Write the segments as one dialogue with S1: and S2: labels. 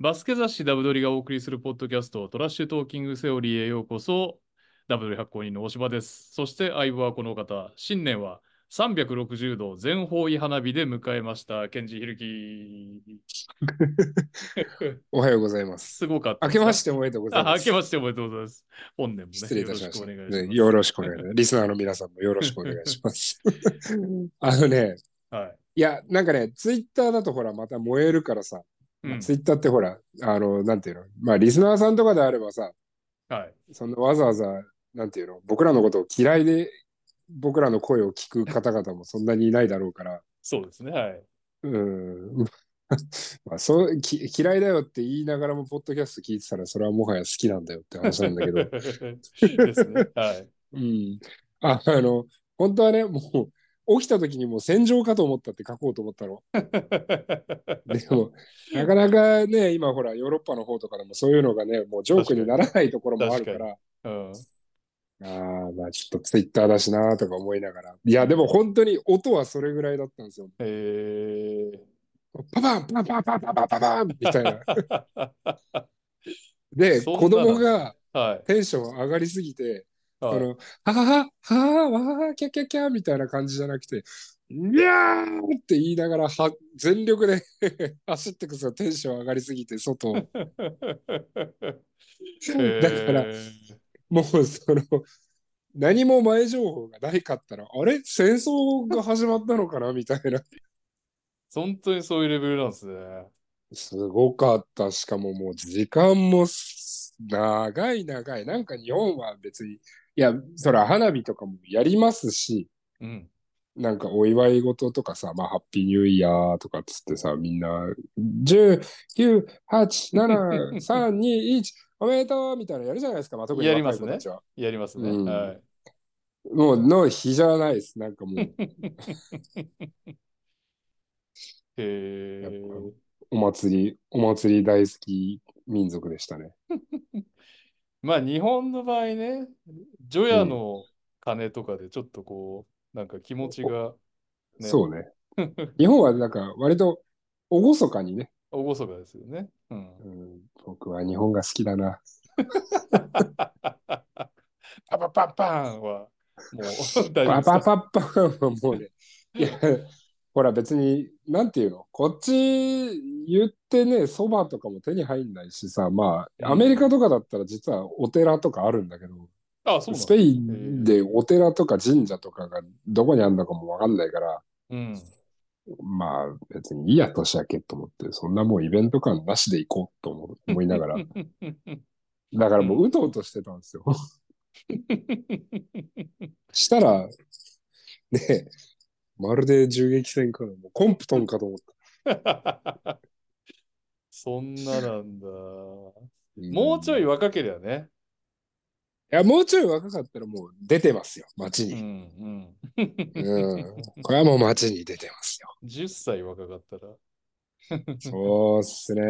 S1: バスケ雑誌ダブドリがお送りするポッドキャスト、トラッシュトーキングセオリーへようこそ、ダブドリ発行人の大柴です。そして相棒はこの方、新年は360度全方位花火で迎えました、ケンジヒル キ。
S2: おはようございます。
S1: すごかった
S2: 明
S1: です。
S2: けましておめでとうござい
S1: あ
S2: ま
S1: 明
S2: す
S1: け。ましておめでとうございます。本年もね、
S2: 失礼いたし
S1: よ
S2: ま
S1: ろしく
S2: した。
S1: お願いします。
S2: ねよろしくお願いします。リスナーの皆さんもよろしくお願いし ます。あのね、
S1: はい。
S2: いや、なんかね、ツイッターだとほら、また燃えるからさ、
S1: うん。
S2: ツイッターってほら、あの、なんていうの、まあ、リスナーさんとかであればさ、
S1: はい。
S2: そんなわざわざ、なんていうの、僕らのことを嫌いで、僕らの声を聞く方々もそんなにいないだろうから、
S1: そうですね。はい。
S2: うん、 まあそうき嫌いだよって言いながらも、ポッドキャスト聞いてたら、それはもはや好きなんだよって話なんだけど、
S1: ですね。はい。
S2: うん。ああの、本当はね、もう、起きた時にもう戦場かと思ったって書こうと思ったの。 でも、なかなかね、今ほら、ヨーロッパの方とかでもそういうのがね、もうジョークにならないところもあるから、
S1: うん。
S2: ああ、まあちょっとツイッターだしなとか思いながら。いや、でも本当に音はそれぐらいだったんですよ。
S1: えー。
S2: パパンパンパンパンパンパンパンパンみた いな。で、
S1: そんな
S2: 子
S1: の
S2: 供が
S1: はい。
S2: テンション上がりすぎて、
S1: は
S2: そ
S1: い
S2: の、ははは、はは、わはは、キャキャキャみたいな感じじゃなくて、にゃーって言いながら、は全力で 走ってくさ、テンション上がりすぎて、外を。だから、もうその、何も前情報がないかったら、あれ戦争が始まったのかなみたいな。
S1: 本当にそういうレベルなんですね。
S2: すごかった。しかももう時間もす長い長い。なんか日本は別に、いや、そら花火とかもやりますし、
S1: うん。
S2: なんかお祝い事とかさ、まあ、ハッピーニューイヤーとかっつってさ、みんな、10、9、8、7、3、2、1、おめでとうみたいなやるじゃないですか、まあ、特に
S1: や
S2: 若
S1: り
S2: い
S1: ますね
S2: 子たちは。
S1: やりますね。
S2: うん
S1: はい。
S2: もう、の日じゃないです。なんかも う、
S1: へえ
S2: やっぱお祭り、お祭り大好き民族でしたね。
S1: まあ日本の場合ね、除夜の鐘とかでちょっとこう、なんか気持ちがね
S2: そうね。日本はなんか、割と、厳かにね、
S1: 厳かですよね。うん。
S2: うん僕は日本が好きだな。
S1: パパパパンはもう 大丈夫です
S2: パ
S1: か
S2: パパパはもうね、いや、ほら別に、なんていうの、こっち言ってね、そばとかも手に入んないしさ、まあ、アメリカとかだったら実はお寺とかあるんだけど、
S1: あ、そうなん
S2: スペインでお寺とか神社とかがどこにあるのかもわかんないから、
S1: うん。
S2: まあ別にいいや、年明けと思って、そんなもうイベント感なしで行こうと思う思いながら、だからもううとうとしてたんですよ。 したら、ねえ、まるで銃撃戦からもうコンプトンかと思った。
S1: そんななんだ。も
S2: も
S1: うちょい若ければね。
S2: いや、もうちょい若かったらもう出てますよ、街
S1: う
S2: に。
S1: ん
S2: う
S1: うん。
S2: ん。これはもう街に出てます よ。
S1: 10歳若かったら。
S2: そうっすね。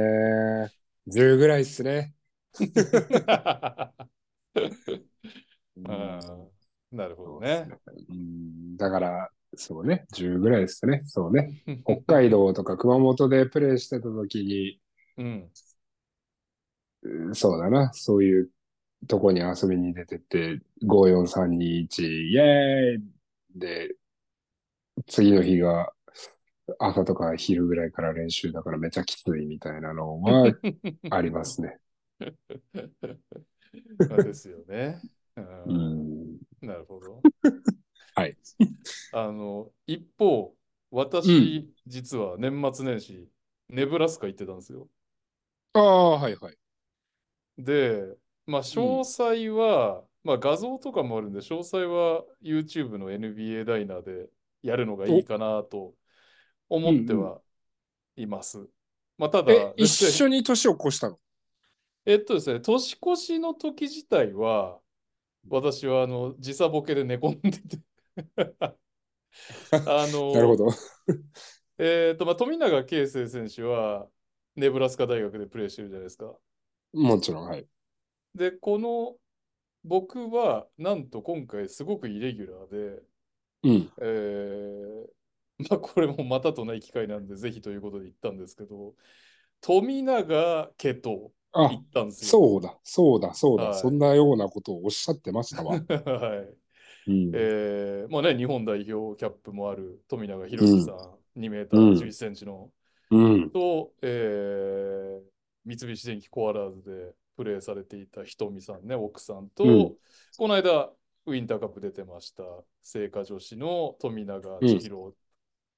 S2: 10ぐらいっすね。う
S1: あ
S2: ん
S1: ーなるほど
S2: そうっ
S1: ね
S2: す。うんだから、そうね、10ぐらいですね。そうね。北海道とか熊本でプレイしてた時
S1: う
S2: に、
S1: ん。
S2: うんそうだな、そういうとこに遊びに出てって、54321、イエーイで、次の日が朝とか昼ぐらいから練習だからめちゃきついみたいなの はありますね。
S1: まあですよね。う
S2: うんん。
S1: なるほど。
S2: はい。
S1: あの、一方、私、
S2: う
S1: 実は年末年始、ネブラスカ行ってたんですよ。
S2: ああ、はいはい。
S1: で、まあ、詳細は、まあ、画像とかもあるんで、詳細は YouTube の NBA ダイナーでやるのがいいかなと思ってはいます。まあ、ただ、
S2: え、一
S1: 別に
S2: 緒に年を越したの
S1: えっとですね、年越しの時自体は、私はあの時差ボケで寝込んでて あの
S2: なるほど。
S1: えーとまあ、富永啓生選手はネブラスカ大学でプレーしてるじゃないですか。
S2: もちろん、はい。
S1: で、この僕はなんと今回すごくイレギュラーで、
S2: うん。
S1: え ーまあ、これもまたとない機会なんでぜひということで行ったんですけど、富永家と
S2: あ
S1: 行、ったんですよ。
S2: そうだ、そうだ、そうだ、
S1: はい
S2: そんなようなことをおっしゃってました わ。
S1: はい。
S2: うん、
S1: えー、まあね、日本代表キャップもある富永博史さん、2メータ
S2: うん
S1: ー11センチの、
S2: うん、
S1: と、えー三菱電機コアラーズでプレーされていたひとみさんね、奥さんと、
S2: うん
S1: この間、ウィンターカップ出てました、聖火女子の富永千尋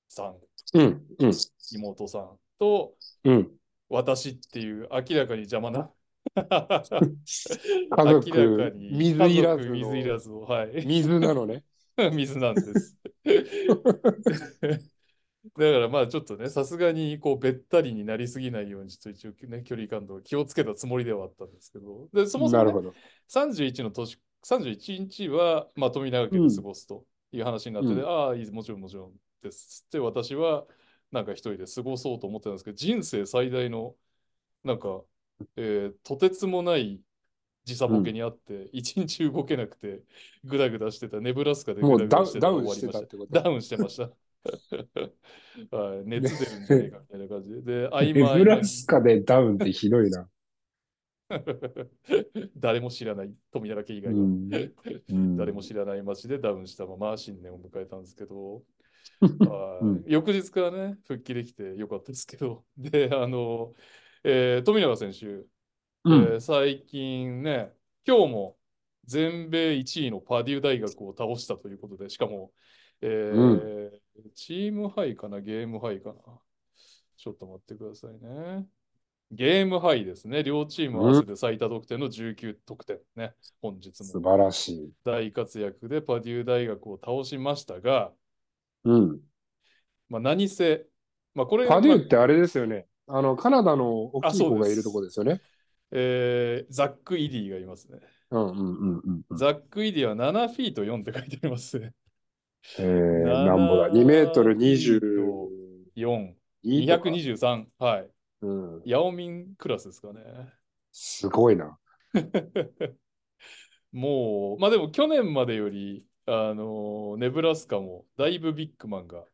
S1: さん、
S2: うん、うん、
S1: 妹さんと、
S2: うん。
S1: 私っていう明らかに邪魔 な。
S2: 家族
S1: 明らかに
S2: 水いらずの
S1: 家族水いらずを、はい。
S2: 水なのね。
S1: 水なんです。だからまあちょっとね、さすがにこうべったりになりすぎないように、ちょっと一応ね、距離感とか気をつけたつもりではあったんですけど、でそもそ
S2: な
S1: も、
S2: る
S1: ね、
S2: ほど。
S1: 31の年、31日は、まあ、富永家で過ごすという話になってて、
S2: うん
S1: ああ、いいですもちろんもちろんですって、私はなんか一人で過ごそうと思ってたんですけど、人生最大の、なんか、えーとてつもない時差ボケにあって、一日動けなくて、ぐだぐだしてた、ネブラスカで
S2: も
S1: ぐ
S2: う
S1: だぐ
S2: ダ
S1: だ
S2: ウ
S1: し
S2: ン
S1: てた
S2: ダ
S1: ら終
S2: ウン
S1: わ
S2: して
S1: りま
S2: た
S1: し。
S2: ったてこと
S1: ダウンしてました。 はい、熱出るんじゃねえかみたいな感じで、で、合
S2: エ
S1: 間合
S2: ブ
S1: 間
S2: ラ
S1: に
S2: スカでダウンってひどいな。
S1: 誰も知らない、富永家以
S2: う
S1: 外は。
S2: んうん
S1: 誰も知らない街でダウンしたまま新年を迎えたんですけ ど、はい
S2: うん
S1: 翌日からね、復帰できてよかったですけど、 で、あの、えー富永選手、
S2: う
S1: え
S2: ん。
S1: ー最近ね、今日も全米1位のパデュー大学を倒したということで、しかも、えーチームハイかな、ゲームハイかな。ちょっと待ってくださいね。ゲームハイですね。両チーム合わせて最多得点の19得点ね。本日も
S2: 素晴らしい。
S1: 大活躍でパデュー大学を倒しましたが、
S2: うん。
S1: まあ、何せ、まあ、これが
S2: パデューっ
S1: まあ
S2: てあれですよね。あの、カナダの大
S1: あ
S2: きい
S1: そう
S2: 子
S1: です
S2: がいるとこですよね。
S1: えーザック・イディがいますね。
S2: うんうんうんうんうん。
S1: ザック・イディは7フィート4って書いてありますね。
S2: えー、なんぼだ。2メートル22
S1: 4、
S2: とか。
S1: 223。はい。
S2: うん。
S1: ヤオミンクラスですかね。
S2: すごいな。
S1: もう、まあでも去年までより、あのーネブラスカもだいぶビッグマンが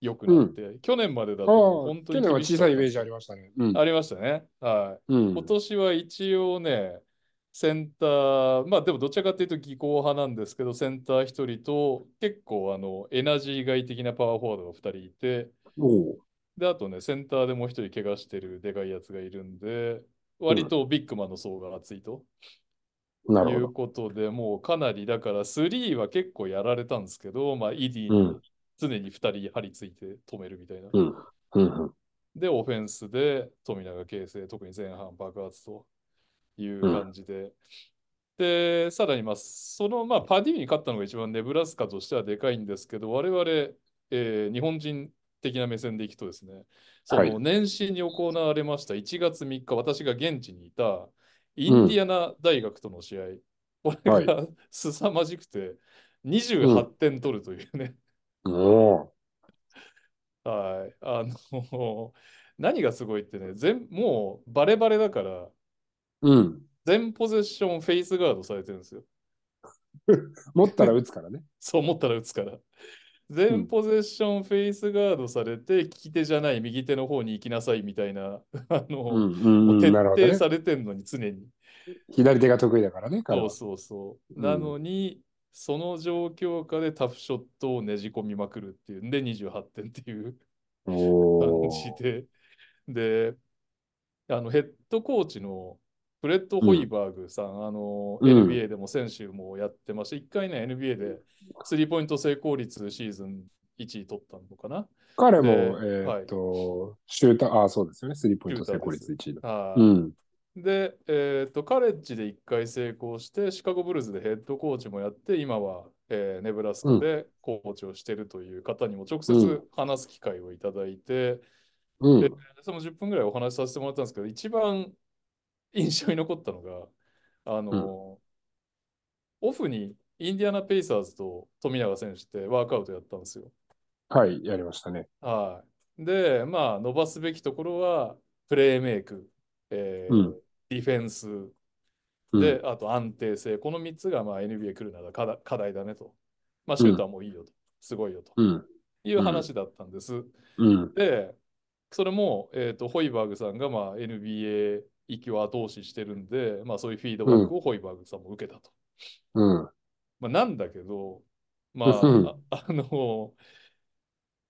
S1: 良くなって、去年までだ
S2: ああ、
S1: と本当
S2: 去
S1: に
S2: 年は
S1: 厳し
S2: 小
S1: かっ
S2: さ
S1: た
S2: いイ
S1: ん
S2: メー
S1: です
S2: ジ
S1: よ
S2: ありましたね。うん。
S1: ありましたね。はい。
S2: うん
S1: 今年は一応ね、センター、まあでもどちらかというと技巧派なんですけど、センター1人と結構あのエナジー外的なパワーフォワードが2人いて、
S2: おう
S1: で、あとね、センターでもう1人怪我してるでかいやつがいるんで、割とビッグマンの層が厚いと
S2: ないる
S1: う
S2: ほ
S1: ことで、もうかなりだから3は結構やられたんですけど、まあイディ
S2: ど。うん
S1: に。常に2人張り付いて止めるみたいな。
S2: うん。うん。
S1: で、オフェンスで富永啓生、特に前半爆発という感じで。で、さらに、まあ、その、まあ、パディに勝ったのが一番ネブラスカとしてはでかいんですけど、我々、えー日本人的な目線でいくとですね、そ
S2: はい
S1: の年始に行われました1月3日、私が現地にいたインディアナ大学との試合、これが凄まじくて、28点取るというね、
S2: お
S1: はい、あの、 何がすごいってね、全、もうバレバレだから、
S2: ううん。
S1: 全ポゼッションフェイスガードされてるんですよ。
S2: 持ったら打つからね。
S1: そう思ったら打つから。全ポゼッションフェイスガードされて、利き手じゃない右手の方に行きなさいみたいな、 あ
S2: う
S1: の、
S2: んうん
S1: もう
S2: う
S1: 徹
S2: ん。なるほど
S1: 底
S2: ね。
S1: されてんのに常に。
S2: 左手が得意だからね、彼
S1: そう
S2: は。
S1: そうそう。
S2: うん
S1: なのに、その状況下でタフショットをねじ込みまくるっていうんで、28点っていう。
S2: お
S1: 感
S2: お。
S1: じで、で、あのヘッドコーチのフレッド・ホイバーグさん、あの
S2: うん
S1: NBA でも選手もやってまして、一回ね、NBA でスリーポイント成功率シーズン1位取ったのかな。
S2: 彼も、
S1: で
S2: えーっと、シューター、あそうですよね。スリーポイント成功率1位だ。
S1: は
S2: う
S1: い
S2: ん。
S1: で、えっと、カレッジで1回成功して、シカゴ・ブルーズでヘッドコーチもやって、今は、えーネブラスカでコーチをしてるという方にも直接話す機会をいただいて、
S2: うん。
S1: その10分ぐらいお話しさせてもらったんですけど、一番印象に残ったのが、あの、オフにインディアナ・ペイサーズと富永選手ってワークアウトやったんですよ。
S2: はい、やりましたね。
S1: はい。で、まあ、伸ばすべきところは、プレーメイク、えー
S2: うん
S1: ディフェンス、
S2: うん
S1: で、あと安定性。この3つが、まあ、NBA 来るなら課題課題だねと。まあ、シュートはもういいよと。すごいよと
S2: うん。
S1: いう話だったんです。
S2: うん。
S1: で、それも、えー、とホイバーグさんが、まあ、NBA 行きを後押ししてるんで、まあ、そういうフィードバックをホイバーグさんも受けたと。
S2: うん。
S1: まあ、なんだけど、まあ
S2: うん、
S1: ああの、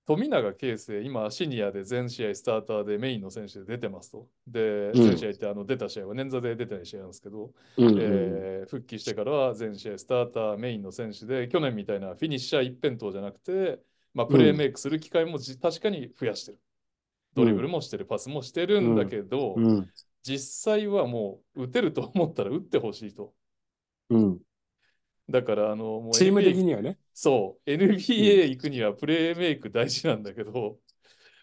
S1: 富永啓生、今、シニアで全試合スターターでメインの選手で出てますと。で、
S2: うん
S1: 全試合ってあの出た試合は捻挫で出てない試合なんですけど、
S2: うん。
S1: えー復帰してからは全試合スターターメインの選手で、去年みたいなフィニッシャー一辺倒じゃなくて、まあ、プレーメイクする機会もじ、確かに増やしてる。ドリブルもしてる、パスもしてるんだけど、
S2: うん。
S1: 実際はもう打てると思ったら打ってほしいと。
S2: うん。
S1: だから、あの、もう
S2: チーム
S1: NBA
S2: 的にはね。
S1: そう、NBA 行くにはプレーメイク大事なんだけど、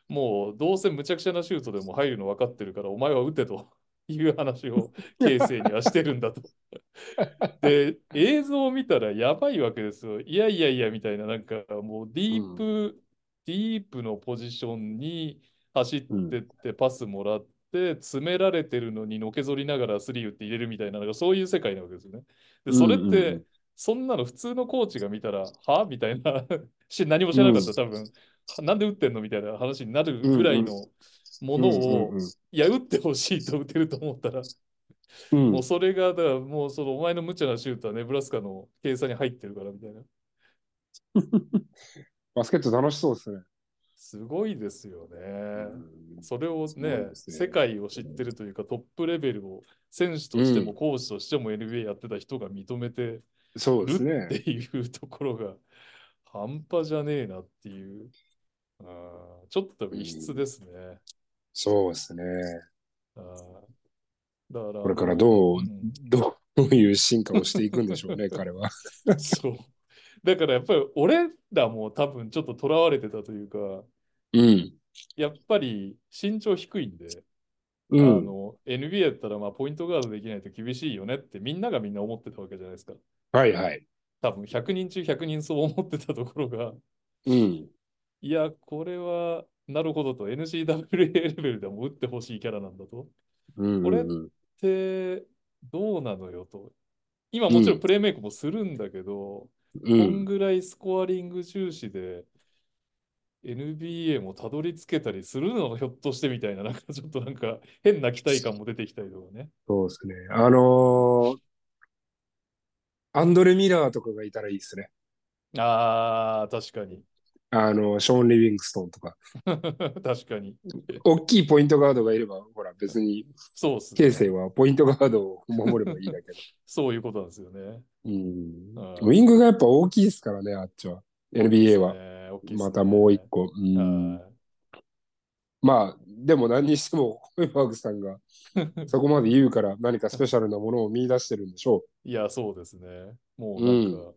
S1: もうどうせむちゃくちゃなシュートでも入るの分かってるから、お前は打てと いう話を形成にはしてるん だと。で、映像を見たらやばいわけですよ。いやいやいやみたいな、なんかもうディープ、ディープのポジションに走ってってパスもらって、詰められてるのにのけぞりながらスリー打って入れるみたいな、なんかそういう世界なわけですよね。で、それって、
S2: うんうんうん
S1: そんなの普通のコーチが見たら、はみたいな、 し何も知らなかったら多分、はなんで打ってんのみたいな話になるぐらいのものを、
S2: うん
S1: いや、打ってほしいと打てると思ったら、
S2: うんう
S1: も
S2: ん
S1: うそれが、だからもうそのお前の無茶なシュートはネブラスカの計算に入ってるからみたいな。
S2: バスケット楽しそうですね。
S1: すごいですよね。それを
S2: そう
S1: ね
S2: で、すね
S1: 世界を知ってるというか、トップレベルを選手としてもコーチとしても NBA やってた人が認めて
S2: そうです
S1: る
S2: ね
S1: っ。ていうところが半端じゃねえなっていう。あーちょっと異質ですね。
S2: そうですね。
S1: あーだから、
S2: これからどう
S1: う、ん
S2: どうどういう進化をしていくんでしょうね、彼は。
S1: そう。だからやっぱり俺らも多分ちょっと囚われてたというか、
S2: うん。
S1: やっぱり身長低いんで、
S2: う
S1: あ
S2: ん。
S1: の NBA やったらまあポイントガードできないと厳しいよねってみんながみんな思ってたわけじゃないですか。
S2: はいはい。
S1: 多分100人中100人そう思ってたところが、
S2: うん。
S1: いや、これはなるほどと NCAA レベルでも打ってほしいキャラなんだと。
S2: うん
S1: これ
S2: うん
S1: ってどうなのよと。今もちろんプレイメイクもするんだけど、
S2: う
S1: こん
S2: ん。
S1: ぐらいスコアリング重視で NBA もたどり着けたりするのがひょっとしてみたいな、なんかちょっとなんか変な期待感も出てきたりとかね。
S2: そうですね。あのーアンドレ・ミラーとかがいたらいいですね。
S1: ああ、確かに。
S2: あの、ショーン・リビングストンとか。
S1: 確かに。
S2: 大きいポイントガードがいれば、ほら、別に、
S1: そうっす
S2: 形
S1: ね。
S2: 成はポイントガードを守ればいいだけど。
S1: そう いうことなんですよね。
S2: うん
S1: あー
S2: ウィングがやっぱ大きいですからね、あっちは。NBA は。
S1: 大きいっすね。
S2: またもう一
S1: 個。
S2: 個。うんまあ、でも何にしても、ホイバーグさ んがそこまで言うから、何かスペシャルなものを見出してるんでしょ
S1: いや、そうですね。もうなんか、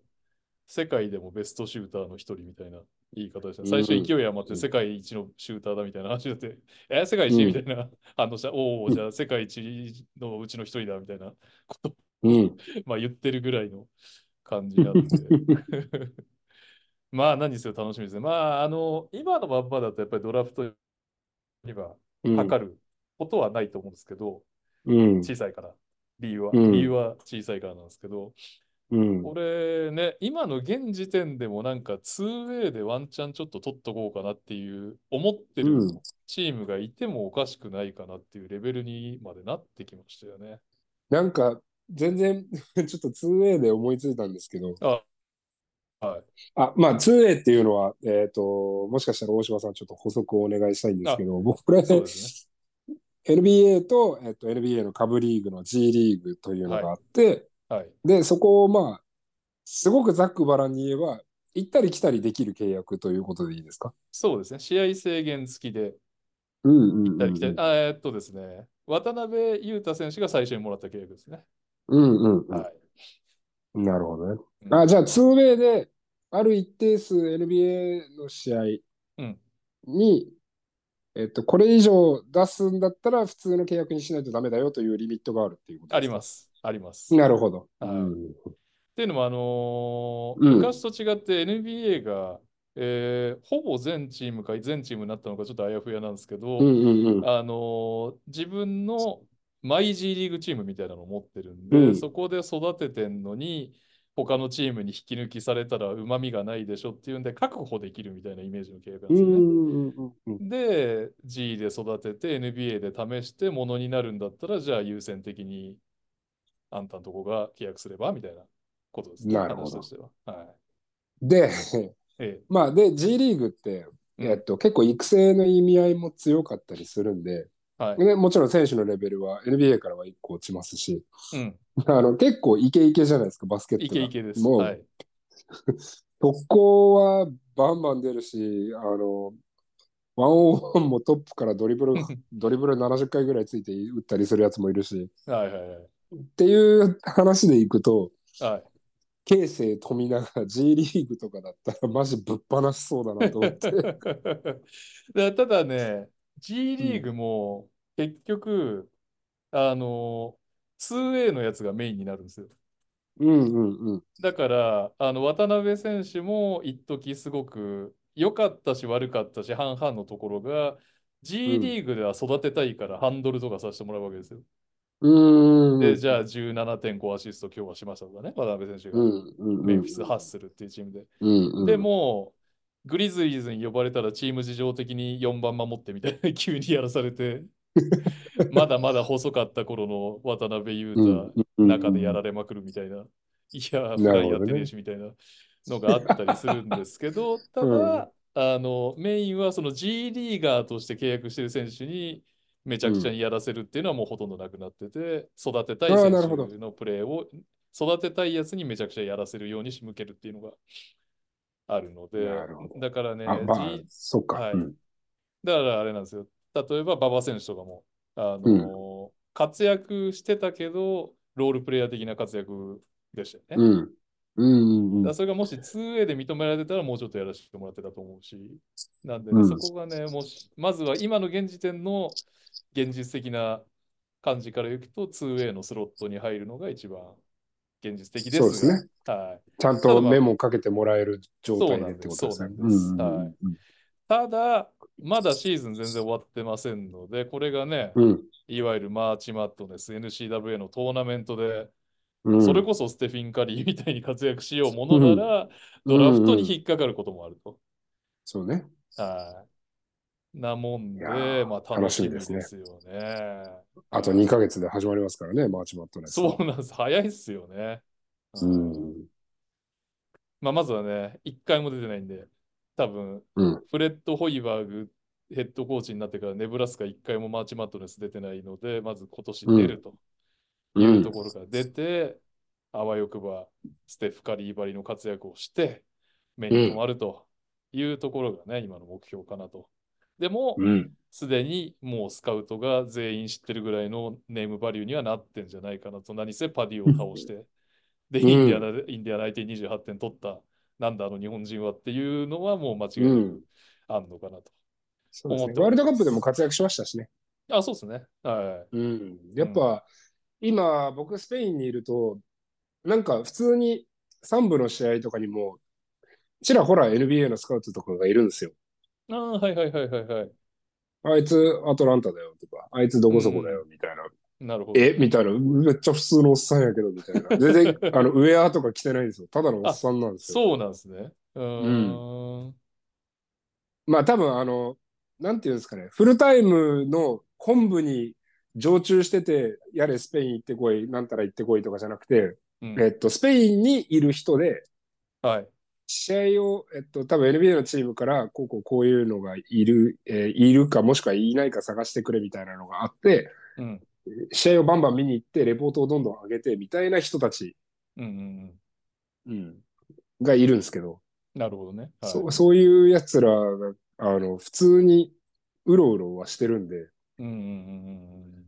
S1: 世界でもベストシューターの一人みたいな言い方でした。最初
S2: うん
S1: 勢い余って世界一のシューターだみたいな話だって、 え、世界一みたいな反応した。おお、じゃあ世界一のうちの一人だみたいな こと、
S2: う。うん。
S1: まあ言ってるぐらいの感じなんで。 まあ何せよ楽しみですね。まあ、あの、今のまんまだとやっぱりドラフトには
S2: うん
S1: 測ることはないと思うんですけど、
S2: うん。
S1: 小さいから。理由は、
S2: うん
S1: 理由は小さいからなんですけど、
S2: うん。
S1: これね、今の現時点でもなんか 2way でワンチャンちょっと取っとこうかなっていう思ってる
S2: うん
S1: チームがいてもおかしくないかなっていうレベルにまでなってきましたよね。
S2: なんか、全然、 ちょっと 2way で思いついたんですけど。
S1: あはい。
S2: あ、まあ、2way っていうのは、えっ、と、もしかしたら大島さんちょっと補足をお願いしたいんですけど、僕、これ、
S1: そうです
S2: NBA と、えっ、と、NBA の下部リーグの G リーグというのがあって、
S1: ね。はい。
S2: で、そこをまあ、すごくざっくばらんに言えば、行ったり来たりできる契約ということでいいですか
S1: そうですね。試合制限付きで、
S2: うんうん
S1: だり来てあえーっとですね、渡辺裕太選手が最初にもらった契約ですね。
S2: うんうん
S1: はい。
S2: うん。なるほどね。
S1: うん
S2: あ、じゃあ、2ウェイで、ある一定数 NBA の試合
S1: うん
S2: に、えっと、これ以上出すんだったら、普通の契約にしないとダメだよというリミットがあるっていうこと
S1: ありますす。あります。
S2: か。なるほど。
S1: はい
S2: うん
S1: っていうのも、あのー
S2: うん
S1: 昔と違って NBA が、えーほぼ全チームか全チームになったのかちょっとあやふやなんですけど、
S2: うんうんうん。
S1: あのー自分のマイ G リーグチームみたいなのを持ってるんで、
S2: うん
S1: そこで育ててんのに、他のチームに引き抜きされたらうまみがないでしょっていうんで確保できるみたいなイメージの契約なん
S2: う
S1: ですよね。
S2: ん。うん
S1: で、G で育てて、NBA で試して、ものになるんだったら、じゃあ優先的に、あんたんとこが契約すれば、みたいなことですね。
S2: なるほど
S1: 話としては。はい。
S2: で、
S1: え
S2: まあ、で、G リーグって、
S1: え。
S2: えっと、結構育成の意味合いも強かったりするん
S1: う
S2: で、
S1: んはい。
S2: ね、もちろん選手のレベルは NBA からは1個落ちますし、
S1: うん。
S2: あの結構イケイケじゃないですか、バスケットが。
S1: いけいけです。
S2: もう、
S1: はい。
S2: 特攻はバンバン出るし、あの、ワンオンワンもトップからドリブル、ドリブル70回ぐらいついて打ったりするやつもいるし、
S1: はいはいはい。
S2: っていう話でいくと、
S1: はい。
S2: 京成富永 G リーグとかだったらマジぶっ放しそうだなと 思って。
S1: だただね、G リーグも結局、あの、2A のやつがメインになるんですよ。
S2: うんうんうん。
S1: だから、あの渡辺選手も一時すごく良かったし悪かったし半々のところが G リーグでは育てたいからハンドルとかさせてもらうわけですよ。
S2: うーん。
S1: で、じゃあ17.5アシスト今日はしましたとかね、渡辺選手
S2: う
S1: が
S2: んうんうん。
S1: メンフィス・ハッスルっていうチームで。
S2: うんうん。
S1: でも、グリズリーズに呼ばれたらチーム事情的に4番守ってみたいな急にやらされ て、まだまだ細かった頃の渡辺裕
S2: うん、
S1: 太、中でやられまくるみたいな、いや、普段やってねえしみたいなのがあったりするんですけど、ただ、あのメインはその G リーガーとして契約してる選手にめちゃくちゃにやらせるっていうのはもうほとんどなくなってて、育てたい
S2: あー
S1: 選
S2: なるほど
S1: 手のプレーを育てたいやつにめちゃくちゃやらせるように仕向けるっていうのがあるので
S2: なるほ、ど
S1: だからね、
S2: あ、まあ
S1: G、
S2: そっか。
S1: はい
S2: うん
S1: だからあれなんですよ。例えば、馬場選手とかも、あのー活躍してたけど、ロールプレイヤー的な活躍でしたよね。
S2: う
S1: だか
S2: ん。うんうんう
S1: ら
S2: ん。
S1: それがもし 2way で認められてたら、もうちょっとやらせてもらってたと思うし、なんで、
S2: う
S1: ね、
S2: ん
S1: そこがね、もし、まずは今の現時点の現実的な感じからいくと、2way のスロットに入るのが一番現実的ですが
S2: そうですね。
S1: はい。
S2: ちゃんとメモかけてもらえる状態でってことです
S1: そうな
S2: ね。
S1: んですそうなんで
S2: うん
S1: ただ、まだシーズン全然終わってませんので、これがね、
S2: うんうん
S1: いわゆるマーチマットネス、NCWA のトーナメントで、
S2: うんうん
S1: それこそステフィン・カリーみたいに活躍しようものなら、ドラフトに引っかかることもあると。
S2: そうね。
S1: はい。なもんで
S2: いやー、
S1: まあ楽
S2: 楽
S1: し
S2: し
S1: み
S2: み
S1: で
S2: ですす
S1: よ
S2: ね
S1: ね。
S2: あと2ヶ月で始まりますからね、マーチマットネス。
S1: そうなんです。早いっすよね。
S2: うん。
S1: まあ、まずはね、一回も出てないんで、多分、
S2: うん
S1: フレッド・ホイバーグヘッドコーチになってからネブラスカ一回もマーチマットネス出てないので、まず今年出ると。
S2: う
S1: いうと
S2: ん。
S1: ころから出て、あわよくばステフ・カリーバリの活躍をして、目に留まるというところがね、今の目標かなと。でも、
S2: うん。
S1: すでにもうスカウトが全員知ってるぐらいのネームバリューにはなってんじゃないかなと、何せパディを倒して、で、
S2: うん
S1: インディアナでインディアナ相手に28点取った、なんだあの日本人はっていうのはもう間違いな
S2: うん
S1: くあんのかなと。
S2: そうです
S1: 思っておりま
S2: ね。
S1: す
S2: ワールドカップでも活躍しましたしね。
S1: あ、そうですね。は
S2: うん。やっぱ、今、僕、スペインにいると、なんか普通に3部の試合とかにも、ちらほら NBA のスカウトとかがいるんですよ。
S1: い。あーはいはいはいはいはい。
S2: あいつアトランタだよとか、あいつどこそこだよみたいな。
S1: なるほど。
S2: えみたいな。めっちゃ普通のおっさんやけどみたい な。全然、あの、ウェアとか着てないんですよ。ただのおっさんなんですよ。
S1: そうなんですね。うーん。
S2: まあ多分あの、なんていうんですかね、フルタイムの本部に常駐してて、やれスペイン行ってこい、なんたら行ってこいとかじゃなくて、
S1: うん
S2: えっと、スペインにいる人で、
S1: はい。
S2: 試合を、えっと、多分 NBA のチームから、こうこうこういうのがいる、えーいるかもしくはいないか探してくれみたいなのがあって、
S1: うん。
S2: 試合をバンバン見に行って、レポートをどんどん上げてみたいな人たち、
S1: うんうん
S2: うんがいるんですけど、
S1: うん。なるほどね。はい、
S2: そうそういうやつらが、あの、普通にうろうろはしてるんで、
S1: うんうんうんうんうん。
S2: っ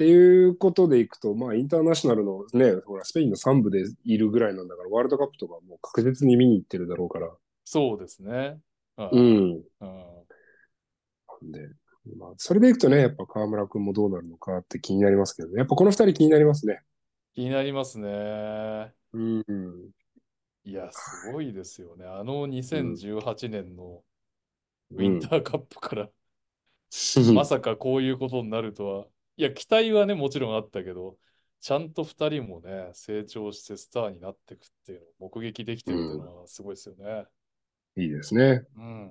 S2: ていうことでいくと、まあ、インターナショナルのね、ほら、スペインの3部でいるぐらいなんだから、ワールドカップとかもう確実に見に行ってるだろうから。
S1: そうですね。はい
S2: うん。
S1: うん
S2: なんで、まあ、それでいくとね、やっぱ河村くんもどうなるのかって気になりますけどね。やっぱこの2人気になりますね。
S1: 気になりますね。
S2: うん。
S1: いや、すごいですよね。あの2018年のウィンターカップから、まさかこういうことになるとは。いや、期待はね、もちろんあったけど、ちゃんと2人もね、成長してスターになっていくっていうのを目撃できてるっていうのはすごいですよね。
S2: いいですね。
S1: うん。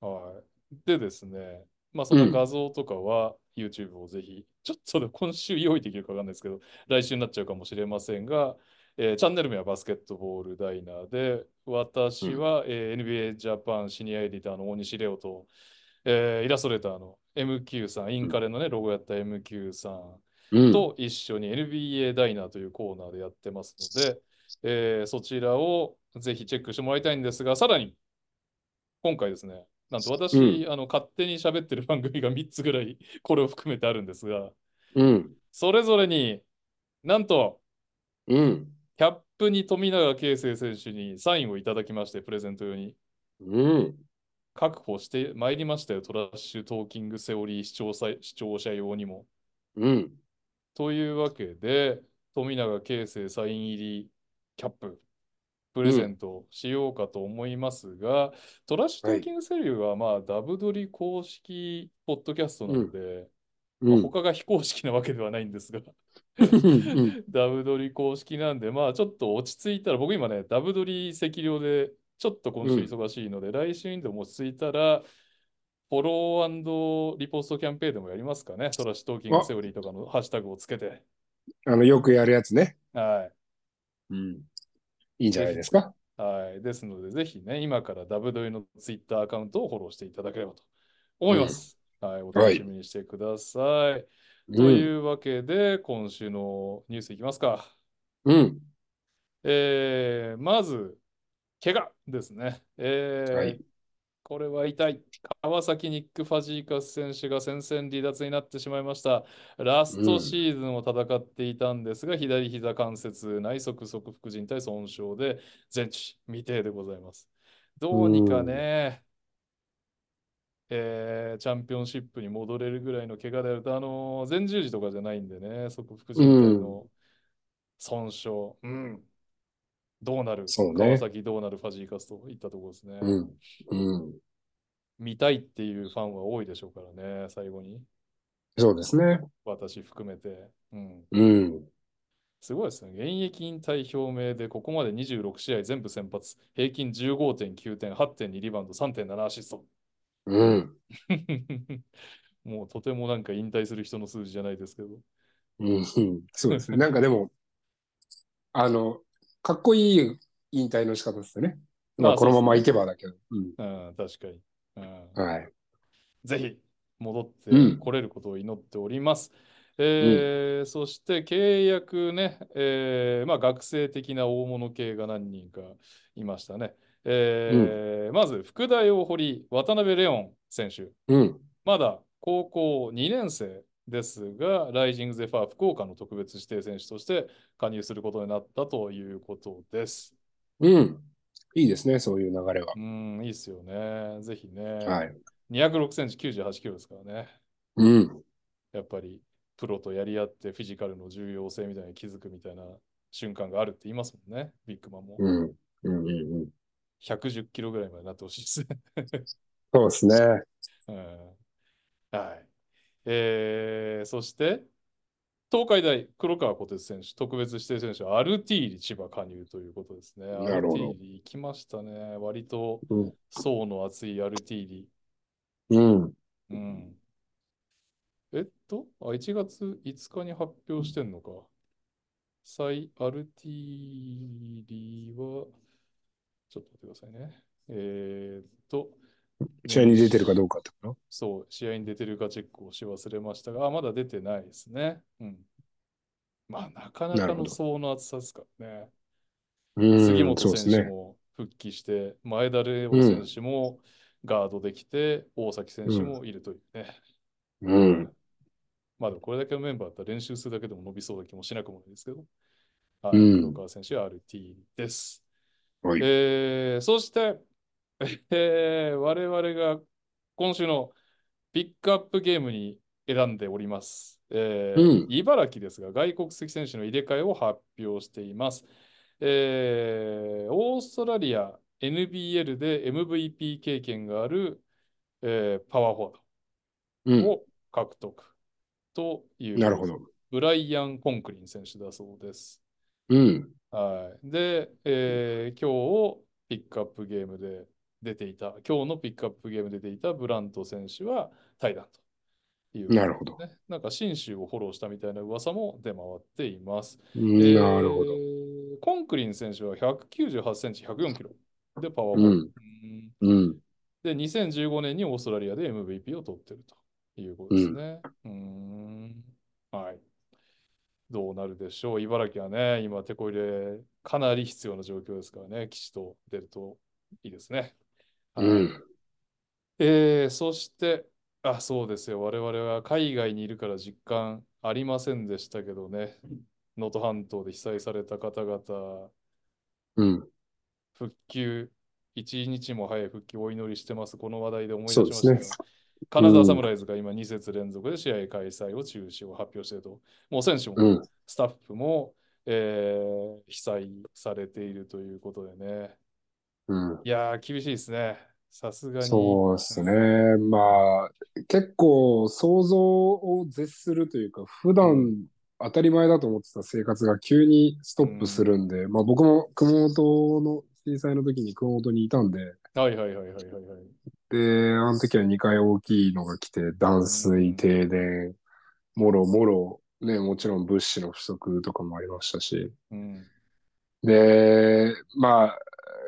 S1: はい。でですね、まあその画像とかは YouTube をぜひ、ちょっとで今週用意できるかわかんないですけど、来週になっちゃうかもしれませんが、えーチャンネル名はバスケットボールダイナーで、私は、えー NBA ジャパンシニアエディターの大西レオと、えーイラストレーターの MQ さん、インカレのね、ロゴやった MQ さん、
S2: うん。
S1: と一緒に NBA ダイナーというコーナーでやってますので、えーそちらをぜひチェックしてもらいたいんですが、さらに、今回ですね、なんと私、
S2: う
S1: あの勝手に喋ってる番組が3つぐらい、これを含めてあるんですが、
S2: うん。
S1: それぞれになんと、
S2: うん。
S1: キャップに富永啓生選手にサインをいただきまして、プレゼント用に
S2: うん。
S1: 確保してまいりましたよ、トラッシュトーキングセオリー視聴者視聴者用にも。
S2: うん。
S1: というわけで、富永啓生サイン入りキャップ、プレゼントしようかと思いますが、トラッシュトーキングセリューは、まあ、ダブドリ公式ポッドキャストなので、
S2: う
S1: まあ
S2: ん。
S1: 他が非公式なわけではないんですが、
S2: う ん。
S1: ダブドリ公式なんで、まあ、ちょっと落ち着いたら、僕今ね、ダブドリ赤量で、ちょっと今週
S2: うん
S1: 忙しいので、来週にでも落ち着いたら、フォローリポストキャンペーンでもやりますかね、トラッシュトーキングセオリーとかのハッシュタグをつけて。
S2: あの、よくやるやつね。
S1: はい
S2: うん。いいんじゃないですか。
S1: はい。ですので、ぜひね、今からダブドリのツイッターアカウントをフォローしていただければと思います。はい。お楽しみにしてください。と
S2: う
S1: い
S2: ん。
S1: うわけで、今週のニュースいきますか。
S2: うん。
S1: えー、まず、怪我ですね。えー
S2: はい
S1: これは痛い。川崎ニック・ファジーカス選手が戦線離脱になってしまいました。ラストシーズンを戦っていたんですが、左膝関節、内側側副靭帯損傷で全治未定でございます。どうにかね、えーチャンピオンシップに戻れるぐらいの怪我であると、あのー前十字とかじゃないんでね、側副靭帯の損傷、うんどうなる、
S2: そうね
S1: 川崎どうなるファジーカスといったところですね。
S2: うん。うん。
S1: 見たいっていうファンは多いでしょうからね、最後に。
S2: そうですね。
S1: 私含めて。うん。
S2: うん。
S1: すごいですね。現役引退表明で、ここまで26試合全部先発。平均15.9点、8.2リバウンド、3.7アシスト。
S2: うん。
S1: もうとてもなんか引退する人の数字じゃないですけど。
S2: うん。そうですね。なんかでも、あの、かっこいい引退の仕方ですね。まあ、このままいけばだけど。うん。
S1: うん、確かに。うん、
S2: はい。
S1: ぜひ戻って
S2: うん
S1: これることを祈っております。えーそして契約ね、えーまあ、学生的な大物系が何人かいましたね。えーまず福大大堀、渡辺レオン選手、
S2: うん。
S1: まだ高校2年生ですが、ライジングゼファー福岡の特別指定選手として加入することになったということです。
S2: うん。いいですね、そういう流れは。
S1: うん、いいですよね。ぜひね、
S2: はい。
S1: 206センチ98キロですからね。
S2: うん。
S1: やっぱりプロとやり合ってフィジカルの重要性みたいに気づくみたいな瞬間があるって言いますもんね、ビッグマンも。
S2: うん。うん。うん。
S1: 110キロぐらいまでなってほしいで すね。
S2: そうですね。
S1: うん、はい。えー、そして、東海大、黒川小鉄選手、特別指定選手、アルティーリ千葉加入ということですね。ア
S2: な
S1: ル
S2: る
S1: テ
S2: ほ
S1: ィ
S2: ど
S1: ーリ行きましたね。割と
S2: うん。
S1: 層の厚いアルティーリ。
S2: うん。
S1: うん。えっと、あ、1月5日に発表してんのか。サイ・アルティリは、ちょっと待ってくださいね。えーっと、
S2: 試合に出てるかどうかってこ
S1: そう、試合に出てるかチェックをし忘れましたが、あまだ出てないですね。うん。まあ、なかな
S2: なる
S1: か
S2: ほ
S1: の
S2: ど
S1: 層の厚さですからね。
S2: とうん。
S1: 杉本
S2: そうです
S1: 選手
S2: ね。
S1: も復帰して、前田玲央選手もガードできて、大崎選手もいるというね。
S2: うん。
S1: まあでもこれだけのメンバーだったら練習するだけでも伸びそうな気もしなくもないですけど。はい。
S2: うん
S1: 黒川選手は RT です。
S2: はい。
S1: えー、そして、えー、我々が今週のピックアップゲームに選んでおります。えー
S2: うん
S1: 茨城ですが、外国籍選手の入れ替えを発表しています。えーオーストラリア NBL で MVP 経験がある、えーパワーフォワード
S2: うん。
S1: を獲得という。
S2: なるほど。
S1: ブライアン・コンクリン選手だそうです。
S2: うん。
S1: はい。で、えー今日をピックアップゲームで出ていた、今日のピックアップゲームで出ていたブラント選手は対談という、
S2: なるほど。
S1: ね。なんか信州をフォローしたみたいな噂も出回っています。えー
S2: なるほど。
S1: コンクリン選手は198センチ、104キロでパワーボー
S2: う
S1: ル。
S2: ん。
S1: うん
S2: うん。
S1: で、2015年にオーストラリアで MVP を取ってるということですね。うーん。はい。どうなるでしょう。茨城はね、今、手こ入れかなり必要な状況ですからね、岸と出るといいですね。はい
S2: うん。
S1: えー、そして、あ、そうですよ。我々は海外にいるから実感ありませんでしたけどね、能登半島で被災された方々、
S2: うん。
S1: 復旧、一日も早い復旧をお祈りしてます。この話題で思い出し
S2: そう
S1: ま
S2: で
S1: した
S2: す
S1: よ
S2: ね。
S1: 金沢サムライズが今2節連続で試合開催を中止を発表していると、もう選手
S2: う
S1: も
S2: ん。
S1: スタッフも、えー被災されているということでね。
S2: うん。
S1: いやー、厳しいですね。さすがに。
S2: そうですね。まあ、結構想像を絶するというか、普段当たり前だと思ってた生活が急にストップするんで、まあ僕も熊本の震災の時に熊本にいたんで、
S1: はいはいはいはいはいはい。
S2: で、あの時は2回大きいのが来て、断水、停電、もろもろ、ね、もちろん物資の不足とかもありましたし、
S1: うん。
S2: で、まあ、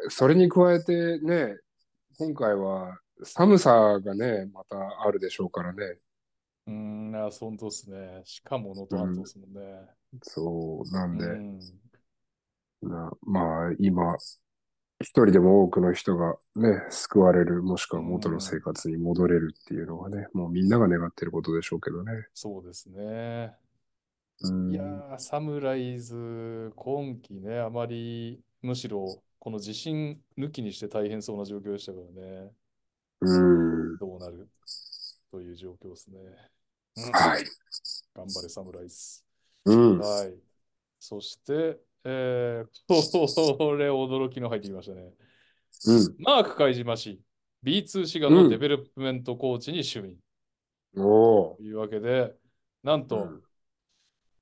S2: それに加えてね、今回は寒さがね、またあるでしょうからね。
S1: うーん、あ、本当ですね。しかも能登半島ですもんね。
S2: そう、なんで、
S1: うん
S2: なまあ、今、一人でも多くの人がね、救われる、もしくは元の生活に戻れるっていうのがね、もうみんなが願ってることでしょうけどね。
S1: そうですね。
S2: うん、
S1: いやー、サムライズ、今季ね、あまり、むしろ、この地震抜きにして大変そうな状況でしたからね。
S2: うん、
S1: どうなるという状況ですね。うん
S2: はい。
S1: 頑張れ、サムライズ。
S2: うん、
S1: はい。そして、えー、 これ、驚きの入ってきましたね。
S2: う
S1: マーク海島氏、B2 滋賀のデベロップメントコーチに就任。
S2: ん。おー
S1: というわけで、なんと、
S2: うん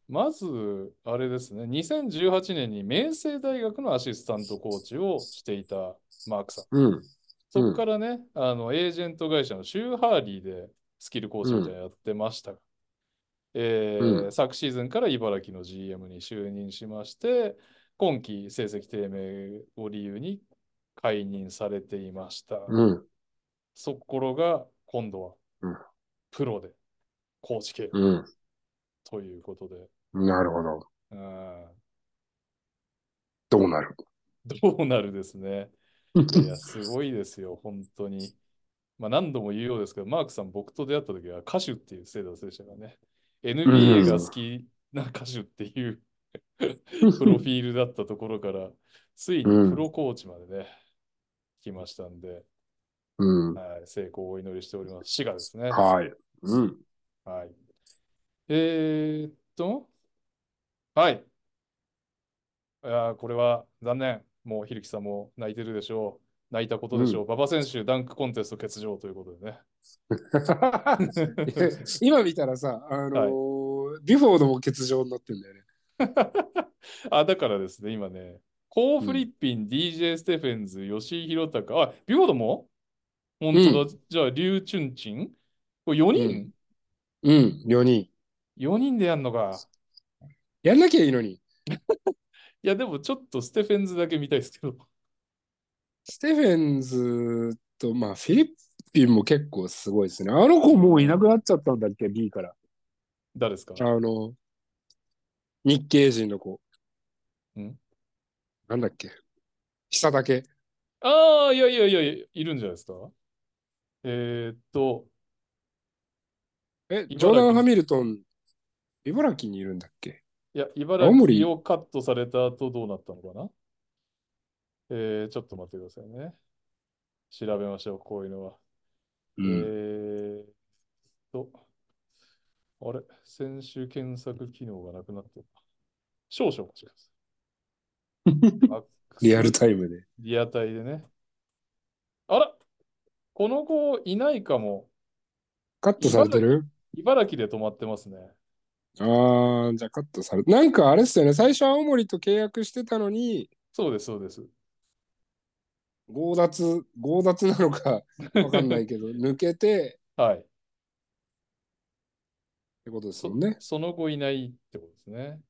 S1: まず、あれですね、2018年に明星大学のアシスタントコーチをしていたマークさん。
S2: うん、
S1: そこからね、あのエージェント会社のシューハーリーでスキルコーチみたいなのやってましたが、えー
S2: う
S1: 昨シーズンから茨城の GM に就任しまして、今季成績低迷を理由に解任されていました。
S2: うん、
S1: そこが今度
S2: う
S1: は
S2: ん
S1: プロでコーチ系
S2: う
S1: ということで、
S2: ん。なるほど。
S1: うん
S2: どうなる
S1: どうなるですね。いや、すごいですよ、本当に。まあ、何度も言うようですけど、マークさん、僕と出会った時は歌手っていうステータスでしたからね。NBA が好きな歌手っていうプロフィールだったところから、ついにプロコーチまでね、来ましたんで、
S2: うん。
S1: はい、成功をお祈りしております。滋賀ですね。
S2: はい。うん。
S1: はい。えーっと、はい。いやーこれは残念。もう、ひるきさんも泣いてるでしょう。泣いたことでしょう。馬場選手、ダンクコンテスト欠場ということ でね。
S2: 今見たらさ、あのービュフォードも欠場になってんだよね。
S1: あ、だからですね、今ね、コー・フリッピン、DJ ・ステフェンズ、吉井宏隆、あ、ビュードも本当だ。じゃあ、リュウ・チュンチンこれ4人、
S2: うん、4人。
S1: ?4 人でやんのか。
S2: やんなきゃいいのに。
S1: いや、でもちょっとステフェンズだけ見たいですけど。
S2: ステフェンズと、まあ、フィリピンも結構すごいですね。あの子もういなくなっちゃったんだっけ、B から。
S1: 誰ですか
S2: あの、日系人の子。
S1: ん
S2: なんだっけ。久だけ。
S1: ああ、いやいやいやいや、いるんじゃないですか。えーっと、
S2: え、
S1: 城
S2: ジョーダン・ハミルトン、茨城にいるんだっけ。
S1: いや、茨
S2: 青森
S1: 城をカットされた後どうなったのかなえー、ちょっと待ってくださいね。調べましょう、こういうのは。
S2: う
S1: え。ーっと、あれ、先週検索機能がなくなってる。少々お待ちください。アクセ
S2: リアルタイムで。
S1: リアタイでね。あら、この子いないかも。
S2: カットされてる
S1: 茨城で止まってますね。
S2: ああ、じゃあカットされなんかあれっすよね。最初青森と契約してたのに、
S1: そうです、そうです。
S2: 強奪、強奪な のかわかんないけど、抜けて
S1: はい。
S2: ってことです
S1: そ
S2: よね。
S1: その後いないってことですね。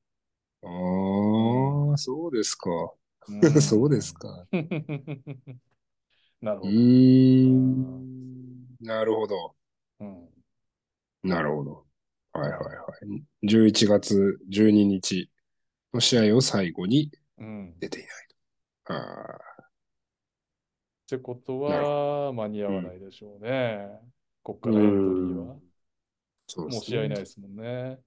S2: ああ、そうですか。
S1: うん
S2: そうです。か。
S1: なる
S2: う
S1: ほど。
S2: ーん。なるほど。
S1: うん、
S2: なるほど。はいはいはい。11月12日の試合を最後に
S1: うん。
S2: 出ていないと。ああ。
S1: ってこと
S2: なるほ
S1: は、間に合わないでしょうね。こっからエントリーは。
S2: うんそう
S1: もう試合ないですもんね。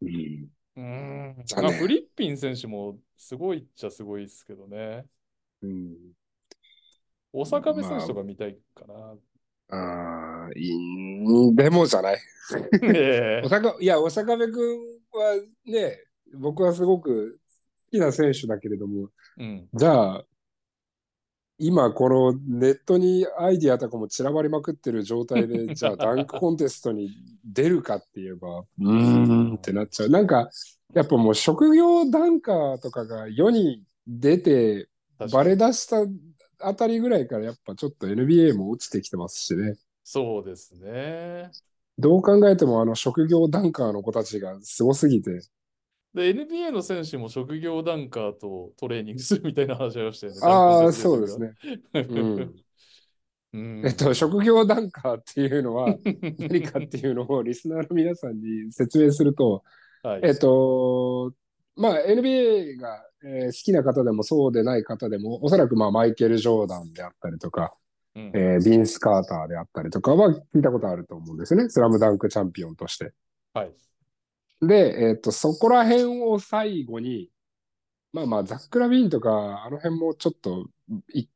S2: うん。
S1: うん。
S2: 残念
S1: まあ、フリッピン選手もすごいっちゃすごいですけどね。
S2: うん。
S1: 大阪部選手とか見たいかな。
S2: ああ、いい、でもじゃない。
S1: ええ
S2: おさかいや、おさかべくんはね、僕はすごく好きな選手だけれども、
S1: うん。
S2: じゃあ、今このネットにアイディアとかも散らばりまくってる状態 で、じゃあダンクコンテストに出るかって言えば、うーんってなっちゃう。なんか、やっぱもう職業ダンカーとかが世に出て、
S1: 確か
S2: バ
S1: に
S2: レ出したあたりぐらいからやっぱちょっと NBA も落ちてきてますしね。
S1: そうですね。
S2: どう考えてもあの職業ダンカーの子たちがすごすぎて。
S1: で、NBA の選手も職業ダンカーとトレーニングするみたいな話ありましたよね。
S2: ああ、そうですね。
S1: ダンク
S2: う
S1: 選
S2: ん
S1: 手が。 うん
S2: えっと、職業ダンカーっていうの は何かっていうのをリスナーの皆さんに説明すると、
S1: はい。
S2: えっと、まあ NBA が、えー好きな方でもそうでない方でも、おそらくまあマイケル・ジョーダンであったりとか、
S1: うん
S2: えービンス・カーターであったりとかは聞いたことあると思うんですよね。スラムダンクチャンピオンとして。
S1: はい。
S2: で、えっ、と、そこら辺を最後に、まあまあ、ザック・ラビーンとか、あの辺もちょっと、一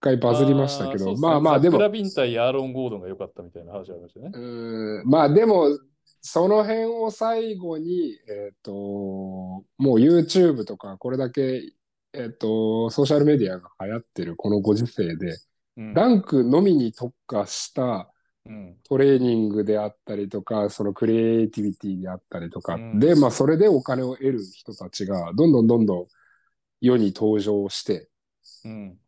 S2: 回バズりましたけ
S1: あーそう
S2: ど、
S1: っすね
S2: まあまあ、でも、
S1: ザックラビン対アーロン・ゴードンが良かったみたいな話ありましたね。
S2: うーんまあでも、その辺を最後に、えっ、と、もう YouTube とか、これだけ、えっ、と、ソーシャルメディアが流行ってるこのご時世で、
S1: うん
S2: ダンクのみに特化した
S1: うん。
S2: トレーニングであったりとか、そのクリエイティビティであったりとか、
S1: うん
S2: で、まあ、それでお金を得る人たちが、どんどんどんどん世に登場して、
S1: うん。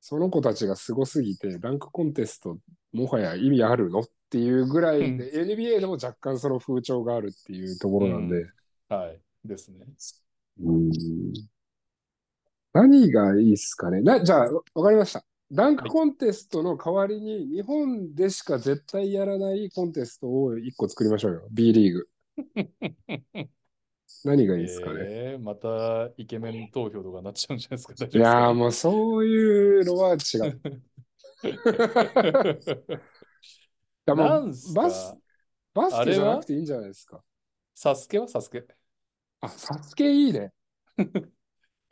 S2: その子たちがすごすぎて、ダンクコンテスト、もはや意味あるのっていうぐらいで、NBA でも若干その風潮があるっていうところなんで、
S1: はい。ですね。
S2: うん何がいいっすかね。なじゃあ、わかりました。ダンクコンテストの代わりに、日本でしか絶対やらないコンテストを1個作りましょうよ。B リー グ。何がいいですかね。
S1: えーまたイケメン投票とかになっちゃうんじゃないですか。大
S2: い
S1: 丈
S2: やー
S1: 夫
S2: もうそういうのは違う。
S1: ですか
S2: だから
S1: な
S2: もうん
S1: す
S2: バス
S1: か
S2: バスケじゃなくていいんじゃないですか。
S1: サスケはサスケ。
S2: あ、サスケいいね。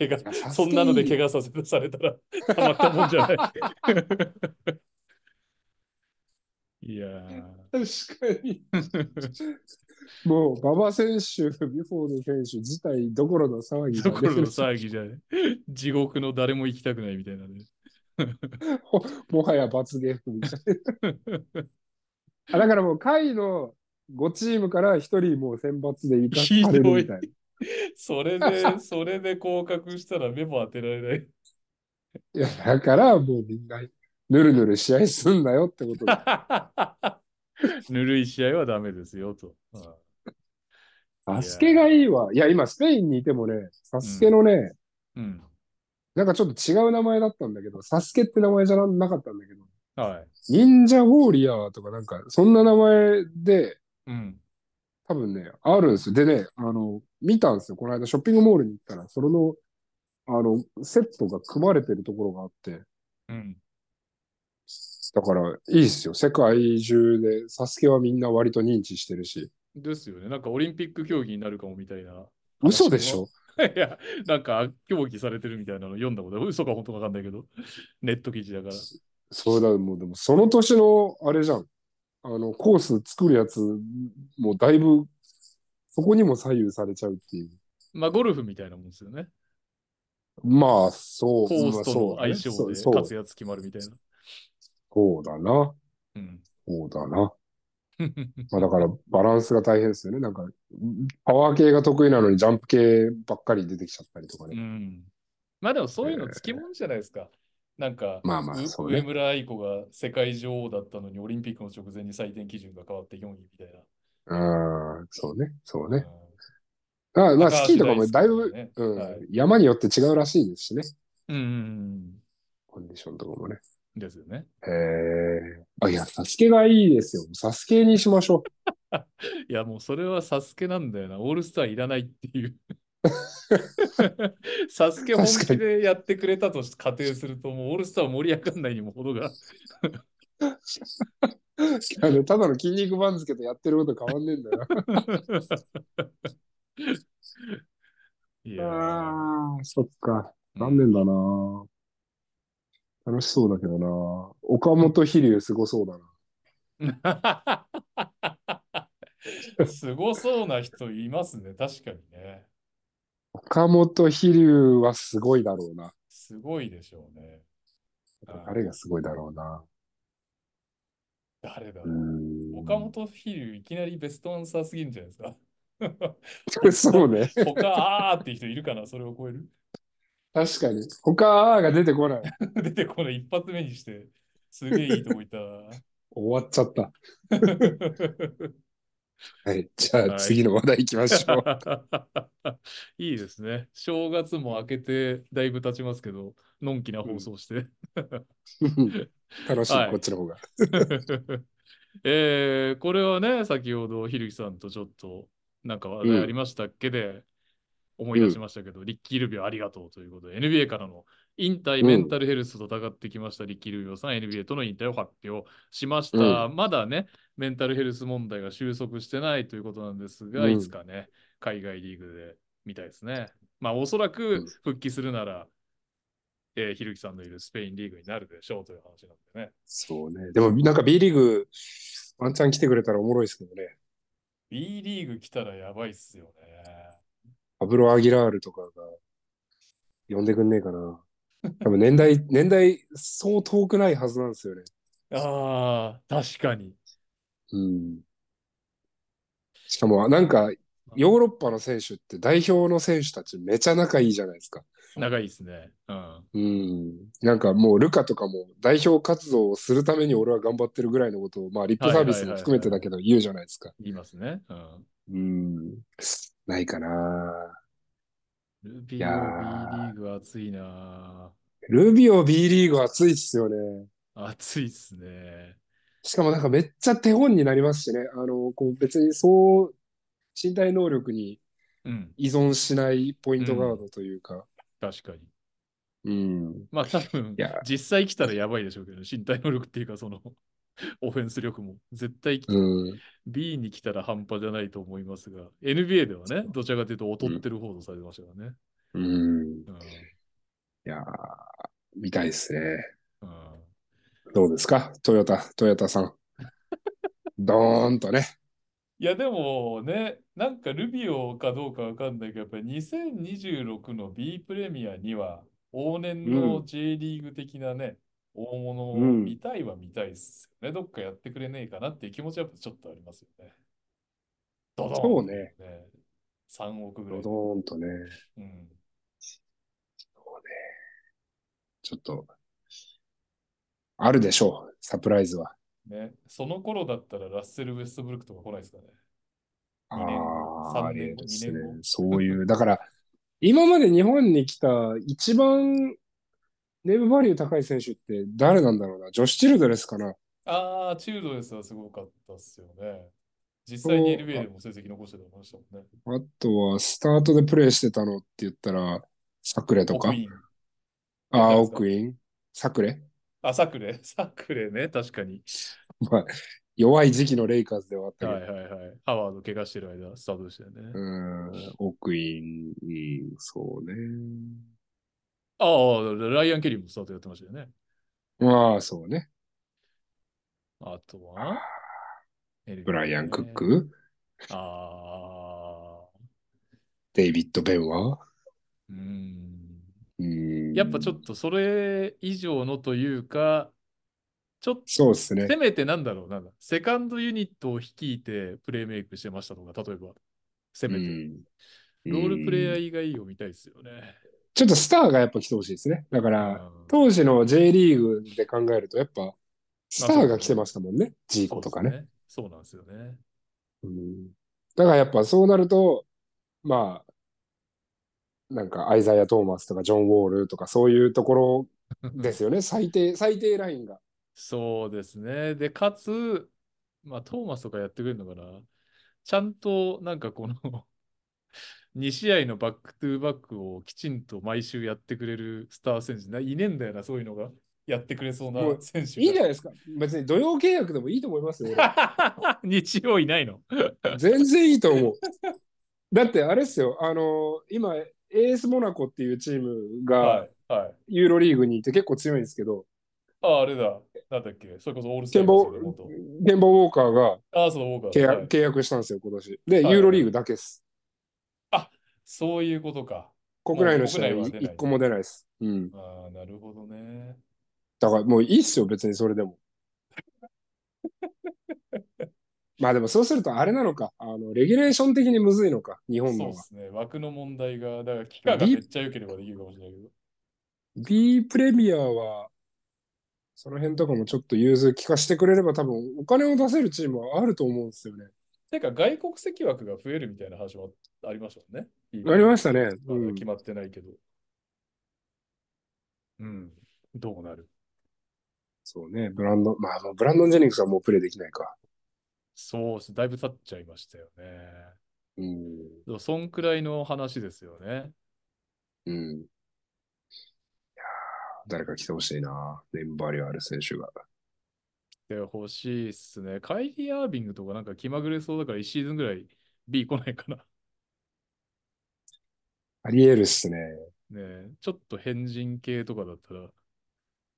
S1: 怪
S2: いやサスケい
S1: 我
S2: い
S1: そんなので怪我させされたらたまったもんじ ゃない。いや
S2: 確かに。
S1: ー、
S2: もう馬場選手、ビフォード選手自体どころの騒ぎ
S1: ところの
S2: ね
S1: 騒ぎじゃない。地獄の誰も行きたくないみたいなね。
S2: もはや罰ゲームみたいな。 あだからもう、下位の5チームから1人もう選抜でいた
S1: ひどい
S2: されるみたい
S1: それ で、それで降格したら目も当てられない。
S2: な。いや、だからもうみんな、ぬるぬる試合すんなよってことだ。
S1: ぬるい試合はダメですよと。
S2: サスケがいいわ。いや、今、スペインにいてもね、サスケのね、
S1: うん。
S2: なんかちょっと違う名前だったんだけど、サスケって名前じゃなかったんだけど、
S1: はい。
S2: 忍者ウォーリアーとかなんか、そんな名前で、
S1: うん。
S2: 多分ね、あるんですよ。でね、あの、見たんですよ。この間ショッピングモールに行ったら、それの、あの、セットが組まれてるところがあって、
S1: うん。
S2: だから、いいっすよ。世界中で、サスケはみんな割と認知してるし。
S1: ですよね。なんかオリンピック競技になるかもみたいな。
S2: 嘘でしょ
S1: いや、なんか狂気されてるみたいなの読んだことある嘘か本当かわかんないけど、ネット記事だから。
S2: そうだ、もうでも、その年の、あれじゃん。あの、コース作るやつ、もうだいぶ、そこにも左右されちゃうっていう。
S1: まあ、ゴルフみたいなもんですよね。
S2: まあ、そ
S1: コ
S2: う、ま
S1: ー
S2: あ
S1: スと
S2: そ
S1: の
S2: うだね
S1: 相性で
S2: そうそう
S1: 活躍決まるみたいな。
S2: そうだな。
S1: うん。
S2: そうだな。まあだからバランスが大変ですよね。なんか、パワー系が得意なのにジャンプ系ばっかり出てきちゃったりとか
S1: う
S2: ね。
S1: ん。 まあでもそういうのつきもんじゃないですか。なんか、
S2: まあまあ
S1: う
S2: そうね
S1: 上村愛子が世界女王だったのに、オリンピックの直前に採点基準が変わって4位みたい
S2: うん、そうね、そう
S1: な。
S2: ね。あまあ
S1: 高橋
S2: スキーとかもだい
S1: 大
S2: ぶ、
S1: 輔ね
S2: うん
S1: はい
S2: 山によって違うらしいですしね。
S1: うん。うん。
S2: コンディションとかもね。
S1: ですよね。
S2: へえ。あ、いや、サスケがいいですよ。サスケにしましょ
S1: いや、もうそれはサスケなんだよな。オールスターいらないって いう。サスケ本気でやってくれたと仮定すると、もうオールスター盛り上がんないにもほどが。
S2: う。あのただの筋肉番付とやってること変わんねえんだよ。
S1: いやー、
S2: ああ、そっか。残念だな。楽しそうだけどな。岡本飛龍すごそうだな。
S1: すごそうな人いますね、確かにね。
S2: 岡本飛龍はすごいだろうな。
S1: すごいでしょうね。はい
S2: 誰がすごいだろうな。
S1: 誰だ
S2: うーん
S1: 岡本飛龍、いきなりベストアンサーすぎるんじゃないですか。
S2: そうね。
S1: 他、あーって人いるかな、それを超える。
S2: 確かに。他が出てこない。
S1: 出てこない、一発目にして、すげえいいとこいた。
S2: 終わっちゃった。はい。じゃあ、
S1: はい
S2: 次の話題行き ましょう。
S1: いいですね。正月も明けてだいぶ経ちますけど、のんきな放送して。
S2: 楽しい、
S1: はい
S2: こっちの方が。
S1: えーこれはね、先ほどひるきさんとちょっとなんか話題ありましたっけで、思い出しましたけど、リッキー・ルビオありがとうということで、NBA からの引退、
S2: うん
S1: メンタルヘルスと戦ってきました、リッキー・ルビオさん、NBA との引退を発表しました。まだね、メンタルヘルス問題が収束してないということなんですが、
S2: うん
S1: いつかね、海外リーグで見たいですね。まあ、おそら
S2: う
S1: く
S2: ん
S1: 復帰するなら、えーひるきさんのいるスペインリーグになるでしょうという話なんでね。
S2: そうね。でも、なんか B リーグ、ワンチャン来てくれたらおもろいですけどね。
S1: B リーグ来たらやばいっすよね。
S2: パブロ・アギラールとかが呼んでくんねえかな。多分年代、 年代、そう遠くないはずなんですよね。
S1: ああ、確かに。
S2: うん。しかも、なんか、ヨーロッパの選手って代表の選手たちめちゃ仲いいじゃないですか。
S1: 長いですね。うん。
S2: うん。なんかもう、ルカとかも代表活動をするために俺は頑張ってるぐらいのことを、まあ、リップサービスも含めてだけど言うじゃないですか。
S1: 言いますね。うん。
S2: うん。ないかな。
S1: ルビ
S2: い
S1: ー
S2: や
S1: の B リ
S2: ー
S1: ーグ熱いな
S2: ルビオ B リーグ熱いっすよね。
S1: ー熱いっすね。
S2: しかもなんかめっちゃ手本になりますしね。あの、こう別にそう、身体能力に
S1: うん、
S2: 依存しないポイントガードというか。
S1: 確かに。
S2: うん。
S1: まあ多分
S2: いや、
S1: 実際来たらやばいでしょうけど、身体能力っていうか、その、 オフェンス力も。絶対、
S2: うん。
S1: B に来たら半端じゃないと思いますが、NBA ではね、どちらかというと劣ってる報道されてましたからね。
S2: うん。
S1: うん。
S2: いやー、見たいですね。
S1: うん
S2: どうですかトヨタ、トヨ タさん。ドーンとね。
S1: いやでもね、なんかルビオかどうかわかんないけど、やっぱり2026の B プレミアには、往年
S2: う
S1: の
S2: ん
S1: J リーグ的なね、大物を
S2: うん
S1: 見たいは見たいっすよね。どっかやってくれねえかなっていう気持ちはやっぱちょっとありますよね。ドドン
S2: そうね。
S1: 3億ぐらい。
S2: ドドーンとね。
S1: うん。
S2: ちょっと、あるでしょう。サプライズは。
S1: ね。その頃だったらラッセル・ウェストブルックとか来ないですかね。
S2: あ
S1: 二年後
S2: あー、
S1: 三
S2: あ
S1: 年
S2: れ
S1: 後
S2: です
S1: 二年
S2: ね。そ
S1: 後
S2: ういう、だから、今まで日本に来た一番ネームバリュー高い選手って誰なんだろうな。ジョシュ・チルドレスかな。
S1: ああ、チルドレスはすごかったっすよね。実際に
S2: そう
S1: NBA でも成績残してましたもんね。
S2: あとは、スタートでプレーしてたのって言ったら、サクレとか
S1: 奥。イン
S2: ああ、
S1: 誰です
S2: オ
S1: か
S2: クイン。サクレ。
S1: あ、サクレ、サクレね、確かに。
S2: まあ、弱い時期のレイカーズではあったけど
S1: はいはいはい。ハワード怪我してる間、スタートでしたよね。
S2: うーん、奥院、うんそうね。
S1: ああ、ライアン・ケリーもスタートやってましたよね。
S2: まあ、そうね。
S1: あとは、
S2: ブライアン・クッ。
S1: ね
S2: ク、
S1: ああ、
S2: デイビッド・ベンは、
S1: うん。
S2: うん
S1: やっぱちょっとそれ以上のというか、ちょっと、
S2: そうですね
S1: せ。めてなんだろう、なんだ、セカンドユニットを率いてプレイメイクしてましたとか、例えば、せ
S2: う
S1: めて、
S2: ん
S1: ロールプレイヤ
S2: うん
S1: ー以外を見たいですよね。
S2: ちょっとスターがやっぱ来てほしいですね。だから、当時の J リーグで考えると、やっぱ、スターが来てましたもんね。ジーコとかね。
S1: そうですね。そうなんですよね。
S2: うんだからやっぱそうなると、まあ、なんかアイザイア・トーマスとかジョン・ウォールとかそういうところですよね。最低、最低ラインが。
S1: そうですね。で、かつ、まあ、トーマスとかやってくれるのかな。ちゃんと、なんかこの 2試合のバックトゥーバックをきちんと毎週やってくれるスター選手な、いねえんだよな、そういうのが。やってくれそうな
S2: もう
S1: 選手
S2: いいじゃ
S1: が。
S2: ないですか。別に土曜契約でもいいと思いますよ。
S1: 日曜いないの。
S2: 俺全然いい と思う。だってあれですよ。あの今、AS モナコっていうチームが
S1: はい。はい。
S2: ユーロリーグにいて結構強いんですけど、
S1: あ、あれだ。なんだっけ。それこそオールスタ
S2: ケ
S1: ー
S2: ン
S1: の
S2: ボ
S1: それ元
S2: ケンボウォーカーが
S1: あ、そう、僕は
S2: 契
S1: は
S2: 約
S1: い
S2: 契約したんですよ、今年。で、
S1: はい
S2: ユーロリーグだけです。
S1: そういうことか。
S2: 国内の試合
S1: もう国内は出ない
S2: 一個も出ないです。うん。
S1: ああ、なるほどね。
S2: だからもういいっすよ、別にそ れでも。まあでもそうするとあれなのか、あのレギュレーション的にむずいのか、日本
S1: そう
S2: の
S1: で
S2: は。
S1: すね。枠の問題が、だから期間がめっちゃ良ければできるかもしれないけど。
S2: B プレミアは、その辺とかもちょっと融通聞かせてくれれば多分お金を出せるチームはあると思うんですよね。
S1: てか、外国籍枠が増えるみたいな話もありましたもんね。
S2: ありましたね。
S1: ま
S2: う
S1: だ
S2: ん、
S1: 決まってないけど。うん。どうなる
S2: そうね、ブランドン、まあもうブランドン・ジェニングスはもうプレイできないか。
S1: そうです。だいぶ経っちゃいましたよね。
S2: うん。
S1: でもそんくらいの話ですよね。
S2: うん。いやー誰か来てほしいな、メンバーにある選手が。
S1: で、欲しいっすね。カイリー・アービングとかなんか気まぐれそうだから1シーズンぐらい B 来ないかな。
S2: ありえるっすね。
S1: ねえちょっと変人系とかだったら、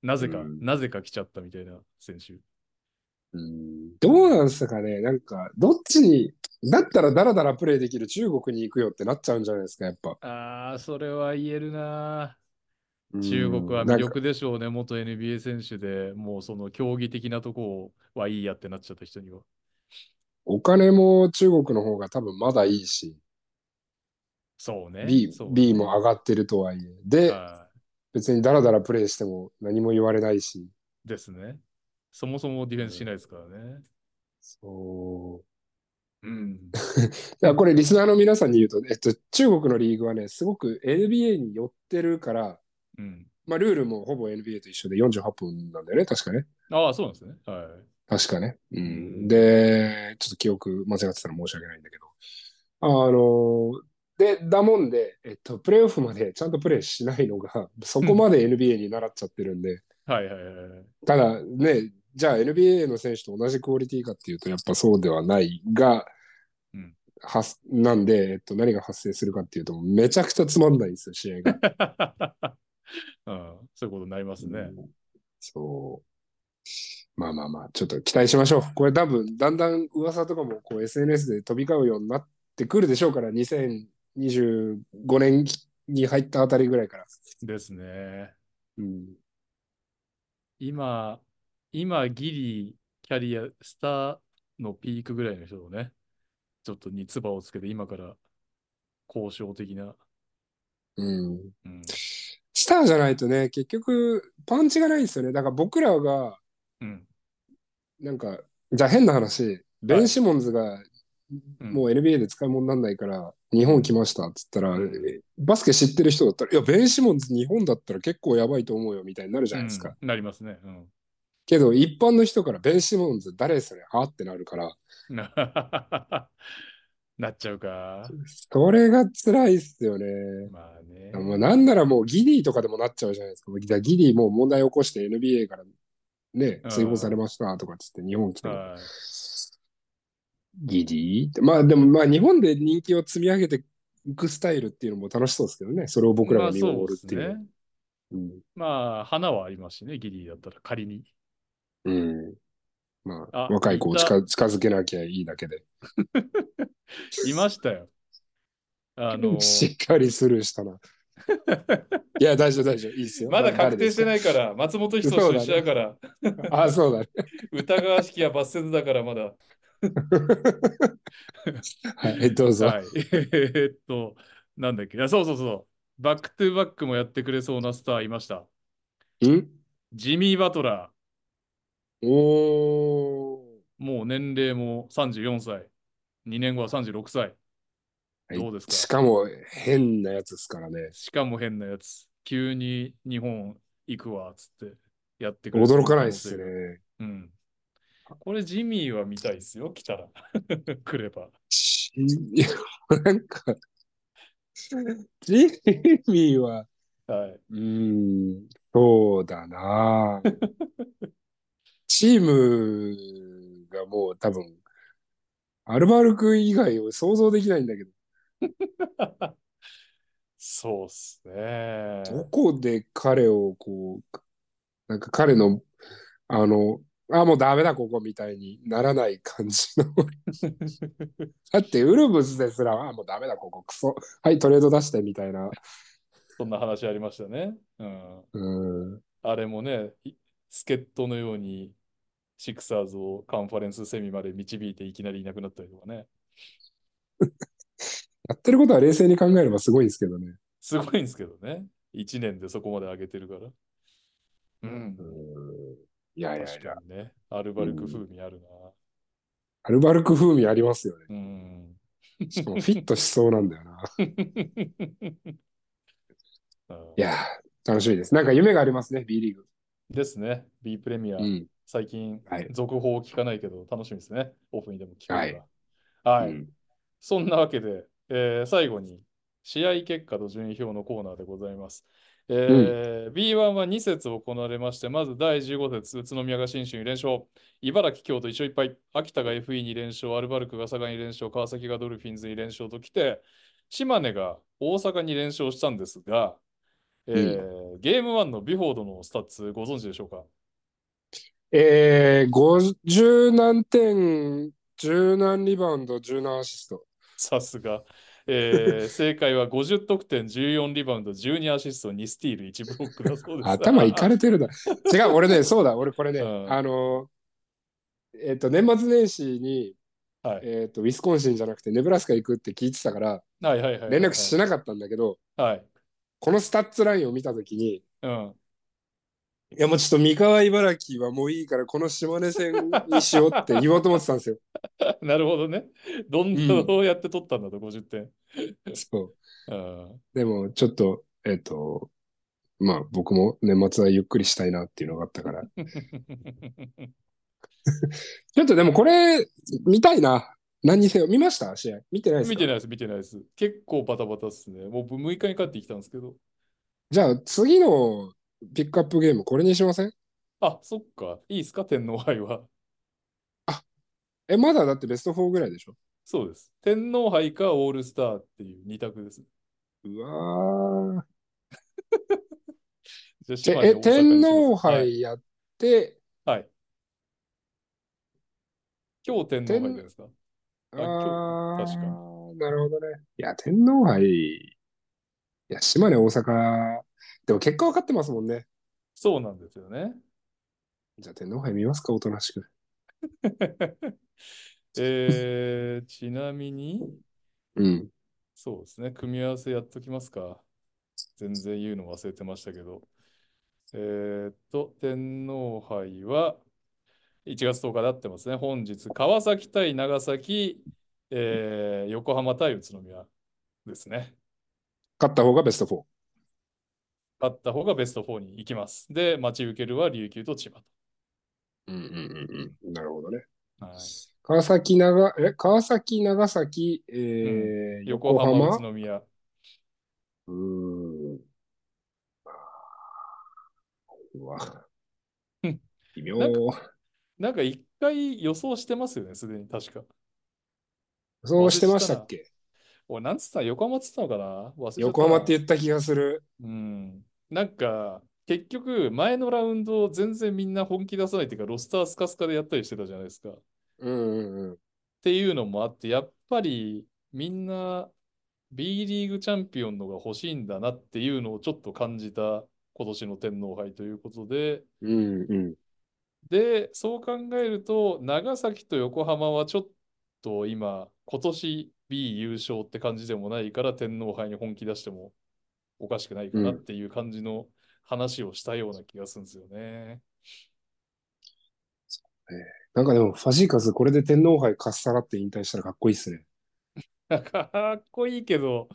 S1: なぜか、
S2: うん
S1: なぜか来ちゃったみたいな選手。
S2: うんどうなんすかねなんか、どっちに、だったらダラダラプレイできる中国に行くよってなっちゃうんじゃないですか、やっぱ。
S1: ああ、それは言えるな。中国は
S2: な
S1: 魅
S2: んか
S1: 力でしょうね。元 NBA 選手でもうその競技的なとこはいいやってなっちゃった人には。
S2: お金も中国の方が多分まだいいし、
S1: そうね。
S2: B,
S1: そうね
S2: B も上がってるとはいえ。で、
S1: は
S2: 別にダラダラプレイしても何も言われないし。
S1: いですね。そもそもディフェンスしないですからね。
S2: そう。
S1: うん。
S2: だからこれリスナーの皆さんに言うと、えっと、中国のリーグはね、すごく NBA に寄ってるから、
S1: うん。
S2: まあルールもほぼ NBA と一緒で48分なんだよね、確かね。
S1: ああ、そうなんですね。はい。
S2: 確かね。う
S1: うん
S2: ん。で、ちょっと記憶間違ってたら申し訳ないんだけど。あの、で、だもんで、えっと、プレーオフまでちゃんとプレーしないのが、そこまで NBA に習っちゃってるんで、
S1: はいはいはいはい。
S2: ただね、じゃあ NBA の選手と同じクオリティかっていうと、やっぱそうではないが、
S1: うん
S2: はすなんで、えっと、何が発生するかっていうと、めちゃくちゃつまんないんですよ、試合が。
S1: うん、そういうことになりますね。
S2: そう。まあまあまあ、ちょっと期待しましょう。これ多分、だんだん噂とかもこう SNS で飛び交うようになってくるでしょうから、2025年に入ったあたりぐらいから。
S1: ですね。
S2: うん。
S1: 今、今、ギリ、キャリア、スターのピークぐらいの人をね、ちょっとに唾をつけて、今から交渉的な。
S2: うん。
S1: うん。
S2: スターじゃないとね、結局、パンチがないんですよね。だから僕らが、
S1: うん、
S2: なんか、じゃあ変な話、ベン・シモンズが、
S1: うん
S2: もう NBA で使い物になんないから、日本来ましたっつったら、
S1: うん
S2: バスケ知ってる人だったら、いや、ベン・シモンズ日本だったら結構やばいと思うよみたいになるじゃないですか。
S1: うんなりますね。うん。
S2: けど、一般の人からベン・シモンズ誰それはってなるから、
S1: ななっちゃうか。
S2: それが辛いっすよね。
S1: まあね。
S2: もうなんならもうギディとかでもなっちゃうじゃないですか。だからギディもう問題起こして NBA からね
S1: う、ん
S2: 追放されましたとかっつって日本来て。
S1: はい
S2: ギディって。まあでもまあ日本で人気を積み上げていくスタイルっていうのも楽しそうですけどね。それを僕らが見守るっていう。
S1: まあ、そうですね。まあ、花はありますしね、ギリだったら仮に。
S2: うん。うんまあ、
S1: あ
S2: 若い子を近近づけなきゃいいだけで。
S1: いましたよ。あの、
S2: しっかりスルーしたな。いや、大丈夫、大丈夫。いいですよ。。
S1: まだ確定してないいから、松本人志と一緒だ から、
S2: あ、そ うだね。
S1: 歌川式やバスセドだからまだ。
S2: はい、どうぞ。
S1: はい。えーっと、なんだっけ。あそうそうそう。バックトゥーバックもやってくれそうなスターいました。
S2: ん
S1: ジミー・バトラ
S2: お
S1: ー、
S2: ー。
S1: もう年齢も34歳。2年後は36歳。どうですか
S2: しかも、変なやつですからね。
S1: しかも変なやつ。急に日本行くわ、つってやってくれそう
S2: 驚かないです
S1: 可能性が
S2: ね。
S1: うん。これジミーは見たいですよ、来たら。 来れば。
S2: しいや、なんか、ジミーは、
S1: はい。
S2: うーん、そうだな。チームがもう多分、アルバルク以外を想像できないんだけど、
S1: そうっすね。
S2: どこで彼をこう、なんか彼の、あの、あ、もうダメだ、ここみたいにならない感じの。だって、ウルブスですら、あ、もうダメだ、ここ、クソ。はい、トレード出して、みたいな。
S1: そんな話ありましたね。うん。
S2: うん。
S1: あれもね、い助っ人のように、シクサーズをカンファレンスセミまで導いていきなりいなくなったりとかね。
S2: やってることは冷静に考えればすごいんですけどね。
S1: すごいんですけどね。1年でそこまで上げてるから。うん。
S2: いやいやい
S1: 確
S2: や
S1: か、にね。アルバルク風味ある
S2: アルバルク風味ありますよね。
S1: な。うん。
S2: しかもフィットしそうなんだよ な。
S1: うん
S2: いやー、楽しみです。なんか夢がありますね、B リーグ。
S1: ですね。B プレミア、
S2: うん。
S1: 最近、
S2: はい
S1: 続報を聞かないけど、楽しみですね。オフにでも聞く
S2: はい
S1: れば。はい。
S2: うん
S1: そんなわけで、えー最後に試合結果と順位表のコーナーでございます。えー B1 は2節行われまして、まず第15節、宇都宮が新州に連勝、茨城、京都一勝1敗、秋田が FE に連勝、アルバルクが佐賀に連勝、川崎がドルフィンズに連勝ときて、島根が大阪に連勝したんですが、えーゲーム1のビュフォードのスタッツご存知でしょうか
S2: えー、50何点、10何リバウンド、10何アシスト。
S1: さすが。えー正解は50得点、14リバウンド、12アシスト、2スティール、1ブロックだそうです。
S2: 頭いかれてるな。違う、俺ね、そうだ、俺これね、
S1: うん
S2: あのー、えっ、と、年末年始に、
S1: はい
S2: えっ、と、ウィスコンシンじゃなくて、ネブラスカ行くって聞いてたから、
S1: はいはいはいはいはい。
S2: 連絡しなかったんだけど、
S1: はい。
S2: このスタッツラインを見たときに、
S1: うん。
S2: いやもうちょっと三河茨城はもういいからこの島根線にしようって言おうと思ってたん ですよ。
S1: なるほどね。どん
S2: う
S1: なんどうやって取ったんだと、50点。
S2: そう
S1: うん。
S2: でもちょっと、えっ、と、まあ僕も年末はゆっくりしたいなっていうのがあったから。ちょっとでもこれ見たいな。何にせよ。見ました試合。見てないですか
S1: 見てないです、見てないです。結構バタバタっすね。もう6日に帰ってきたんですけど。
S2: じゃあ次のピックアップゲームこれにしません
S1: あ、そっか。いいっすか、天皇杯は。
S2: え、まだだってベスト4ぐらいでしょ
S1: そうです。天皇杯かオールスターっていう2択です。
S2: うわ
S1: じゃあ島
S2: ー。え、
S1: 根
S2: え天
S1: 大阪にしま
S2: 皇
S1: すはい。
S2: 杯やって、
S1: はい。今日天皇杯じゃないですか。はい
S2: あ
S1: あ今日確か
S2: ーなるほどね。いや、天皇杯、いや、島根、大阪、でも結果分かってますもんね。
S1: そうなんですよね。
S2: じゃあ天皇杯見ますか、おとなしく。
S1: えー、ちなみに、
S2: うん。
S1: そうですね、組み合わせやっときますか。全然言うの忘れてましたけど。えーっと、天皇杯は1月10日で合ってますね。本日、川崎対長崎、えー横浜対宇都宮ですね。
S2: 勝った方がベスト4。
S1: 勝った方がベスト4に行きます。で、待ち受けるは琉球と千葉と。
S2: うんうんうんうん。なるほどね。
S1: はい、
S2: 川崎、長、え、川崎、長崎、えー
S1: 横浜、
S2: 横
S1: 宇
S2: 浜
S1: 都宮。
S2: うーん。うわ
S1: うん。
S2: 微妙。
S1: なんなんか一回予想してますよね、すでに確か。
S2: そうしてましたっけ
S1: 俺、なんつったの横浜っつったのかな忘れちゃったな
S2: 横浜って言った気がする。
S1: うん。なんか、結局、前のラウンド、全然みんな本気出さないっていうか、ロスタースカスカでやったりしてたじゃないですか。っ
S2: うんうんうん。
S1: ていうのもあって、やっぱり、みんな、 B リーグチャンピオンのが欲しいんだなっていうのをちょっと感じた今年の天皇杯ということで、
S2: うん、うん。
S1: で、そう考えると、長崎と横浜はちょっと今、今年 B 優勝って感じでもないから、天皇杯に本気出してもおかしくないかなっていう感じの話をしたような気がするんですよね。
S2: なんかでも、ファジーカス、これで天皇杯かっさらって引退したらかっこいいっすね。
S1: なんかかっこいいけど、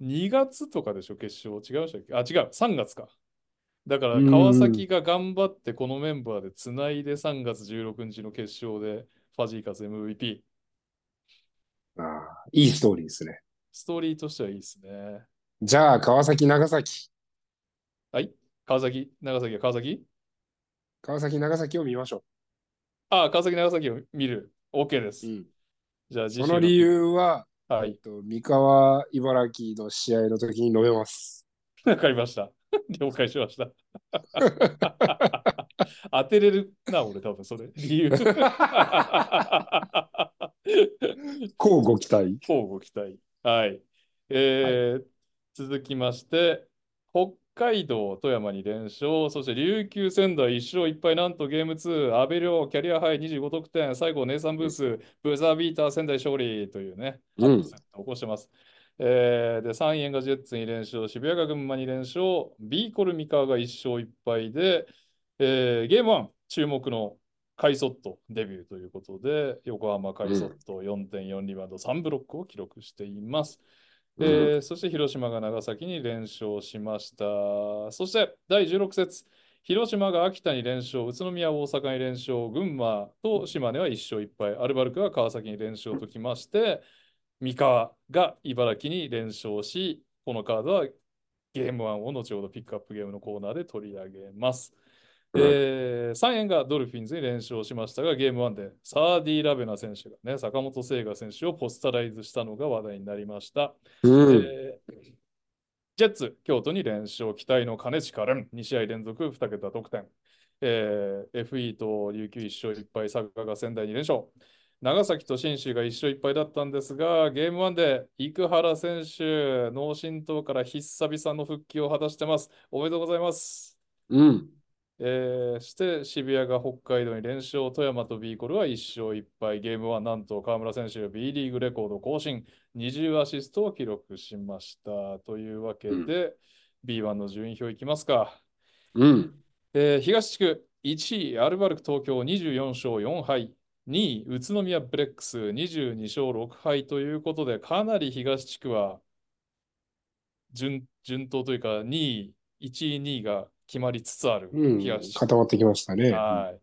S1: 2月とかでしょ、決勝。違いましたっけあ、違う、3月か。だから、川崎が頑張ってこのメンバーでつないで3月16日の決勝で、ファジーカス MVP。
S2: ああ、いいストーリーですね。
S1: ストーリーとしてはいいですね。
S2: じゃあ、川崎、長崎。
S1: 川崎、長崎は川崎
S2: 川崎、長崎を見ましょ
S1: あ川崎、長崎を見る。OK です。
S2: う。ん。
S1: じゃあ、次
S2: そ
S1: 週
S2: の理。由は、
S1: は
S2: えっ
S1: い。
S2: と、三河、茨城の試合の時に述べます。
S1: わかりました。 了解しました。 当てれるな、俺、多分それ。理由。
S2: こうご期待。
S1: 乞うご期待。はい。えー続きまして、北海道、富山に連勝、そして琉球、仙台1勝1敗、なんとゲーム2、阿部亮、キャリアハイ25得点、最後、ネイサン・ブース、ブザービーター、仙台勝利というね、
S2: うん
S1: 起こしてます。えーで、3位、円がジェッツに連勝、渋谷が群馬に連勝、ビーコル・ミカが1勝1敗で、えーゲーム1、注目のカイソットデビューということで、横浜カイソット4.4リバウンド3ブロックを記録しています。えーそして広島が長崎に連勝しました。そして第16節、広島が秋田に連勝、宇都宮、大阪に連勝、群馬と島根は1勝1敗、アルバルクが川崎に連勝ときまして、三河が茨城に連勝し、このカードはゲーム1を後ほどピックアップゲームのコーナーで取り上げます。
S2: うん
S1: えー、3円がドルフィンズに連勝しましたが、ゲーム1でサーディ・ラベナ選手がね、坂本聖雅選手をポスタライズしたのが話題になりました。
S2: うん。
S1: えージェッツ、京都に連勝、期待の金近蓮、2試合連続2桁得点。えー FE と琉球1勝1敗、佐賀が仙台に連勝。長崎と信州が1勝1敗だったんですが、ゲーム1で生原選手、脳震盪から久々の復帰を果たしてます。おめでとうございます。
S2: うん。
S1: えーして渋谷が北海道に連勝、富山とビーコルは1勝1敗、ゲームはなんと河村選手、B リーグレコード更新、20アシストを記録しました。というわけで、
S2: うん
S1: B1 の順位表いきますか。
S2: うん。
S1: えー東地区1位、アルバルク東京24勝4敗、2位、宇都宮ブレックス22勝6敗ということで、かなり東地区は順順当というか、2位、1位、2位が決まりつつある
S2: うん
S1: 東地区。
S2: 固まってきましたね。
S1: はい。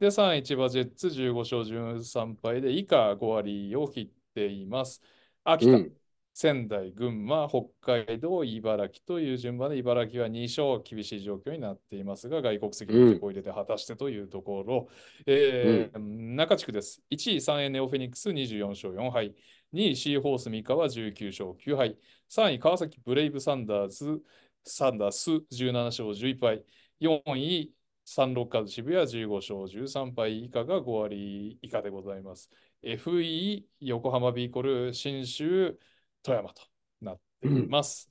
S1: で、3位、千葉ジェッツ15勝13敗で以下5割を切っています。秋田、
S2: うん。
S1: 仙台、群馬、北海道、茨城という順番で、茨城は2勝、厳しい状況になっていますが、外国籍の手を入れて果たしてというところ、えー中地区です。1位、3円ネオフェニックス24勝4敗、2位、シーホース三河19勝9敗、3位、川崎ブレイブサンダーズ、サンダース17勝11敗、4位、サンロッカーズ渋谷15勝13敗以下が5割以下でございます。FE、横浜ビーコル、新州、富山となっています。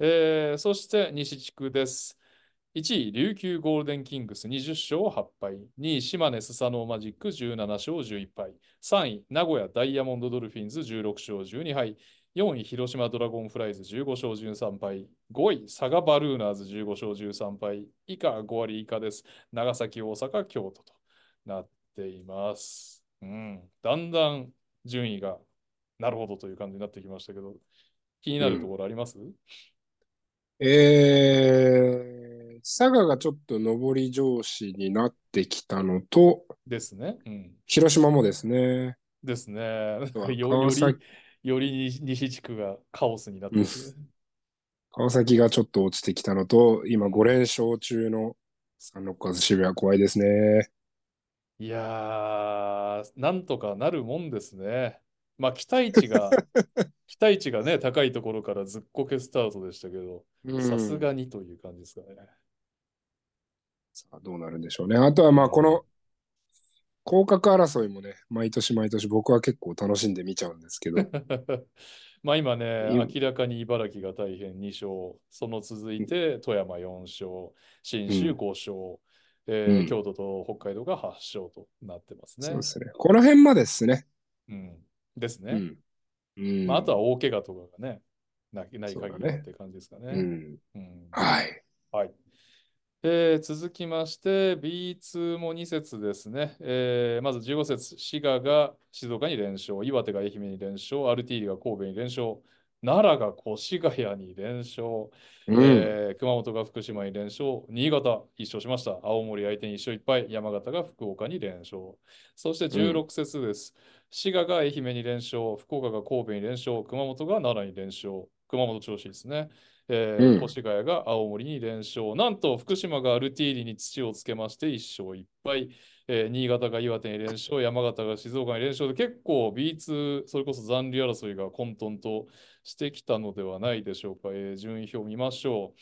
S1: えーそして西地区です。1位、琉球ゴールデンキングス20勝8敗。2位、島根スサノーマジック17勝11敗。3位、名古屋ダイヤモンドドルフィンズ16勝12敗。4位、広島ドラゴンフライズ15勝13敗。5位、佐賀バルーナーズ15勝13敗。以下、5割以下です。長崎、大阪、京都となっています。うん、だんだん順位がなるほどという感じになってきましたけど、気になるところあります、
S2: えー、佐賀がちょっと上り調子になってきたのと、
S1: ですね。うん、
S2: 広島もですね。
S1: ですね。なんか
S2: 川
S1: よより
S2: 崎
S1: より西西地区がカオスになってますね
S2: 川崎がちょっと落ちてきたのと、今5連勝中のサンロッカーズ渋谷怖いですね。
S1: いやー、なんとかなるもんですね。まあ、期待値 が、期待値がね、高いところからずっこけスタートでしたけど、さすがにという感じですかね。
S2: さあどうなるんでしょうね。あとはまあこの、降格争いもね、毎年毎年僕は結構楽しんで見ちゃうんです けど、
S1: まあ今ね、
S2: 今
S1: 明らかに茨城が大変2勝、その続いて富山4勝、信州5勝、えー
S2: うん
S1: 京都と北海道が8勝となってますね。
S2: そうですね。この辺までですね。
S1: うん、ですね。
S2: うん。うん
S1: まあ、あとは大怪我とかがね、なない限
S2: そう
S1: り
S2: だ
S1: は
S2: ね
S1: って感じですか
S2: う
S1: ね。
S2: ん。
S1: うん
S2: はい。
S1: はい。えー続きまして B2 も2節ですね。えーまず15節、滋賀が静岡に連勝、岩手が愛媛に連勝、アルティーリが神戸に連勝、奈良が越谷に連勝、
S2: うん。
S1: えー熊本が福島に連勝、新潟一勝しました、青森相手に一勝いっぱい、山形が福岡に連勝。そして16節です。滋賀が愛媛に連勝、福岡が神戸に連勝、熊本が奈良に連勝、熊本調子いいですね。えー
S2: うん
S1: 越谷が青森に連勝、なんと福島がアルティーリに土をつけまして1勝1敗、えー新潟が岩手に連勝、山形が静岡に連勝で結構 B2、それこそ残留争いが混沌としてきたのではないでしょうか。えー順位表を見ましょ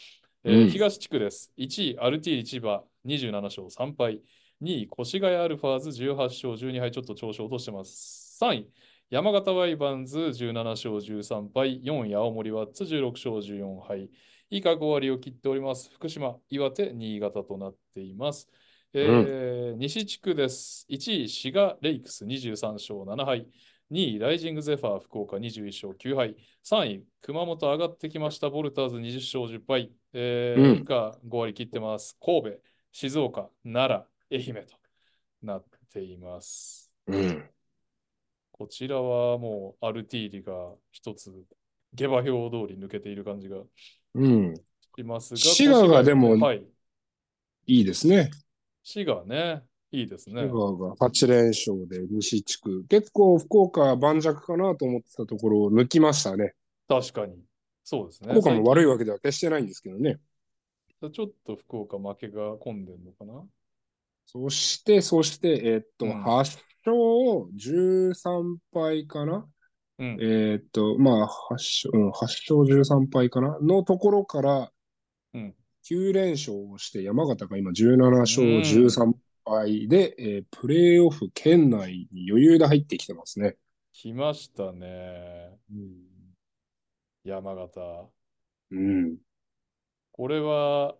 S1: う、えー
S2: うん
S1: 東地区です。1位、アルティーリ千葉27勝3敗。2位、越谷アルファーズ18勝12敗、ちょっと調子を落としてます。3位、山形ワイバンズ17勝13敗、4位、青森ワッツ16勝14敗、以下5割を切っております。福島、岩手、新潟となっています。えー西地区です。1位、滋賀レイクス23勝7敗、2位、ライジングゼファー福岡21勝9敗、3位、熊本上がってきました、ボルターズ20勝10敗、えー
S2: うん
S1: 以下5割切ってます。神戸、静岡、奈良、愛媛となっています。
S2: うん。
S1: こちらはもうアルティーリが一つ下馬評通り抜けている感じが
S2: うん。
S1: しますが。
S2: 滋賀がでも
S1: はい。
S2: いいですね。
S1: 滋賀ね、いいですね。
S2: 福岡が8連勝で西地区。結構福岡は盤石かなと思ってたところを抜きましたね。
S1: 確かに。そうですね。
S2: 福岡も悪いわけでは決してないんですけどね。
S1: 最近ちょっと福岡負けが込んでんのかな
S2: そして、そして、えーっと、
S1: うん
S2: 8勝13敗かな
S1: うん。
S2: えーっと、まあ、8勝、うん、8勝13敗かなのところから
S1: うん、
S2: 9連勝をして、山形が今17勝13敗で、えープレーオフ圏内に余裕で入ってきてますね。
S1: 来ましたね。山形。
S2: うん。
S1: これは、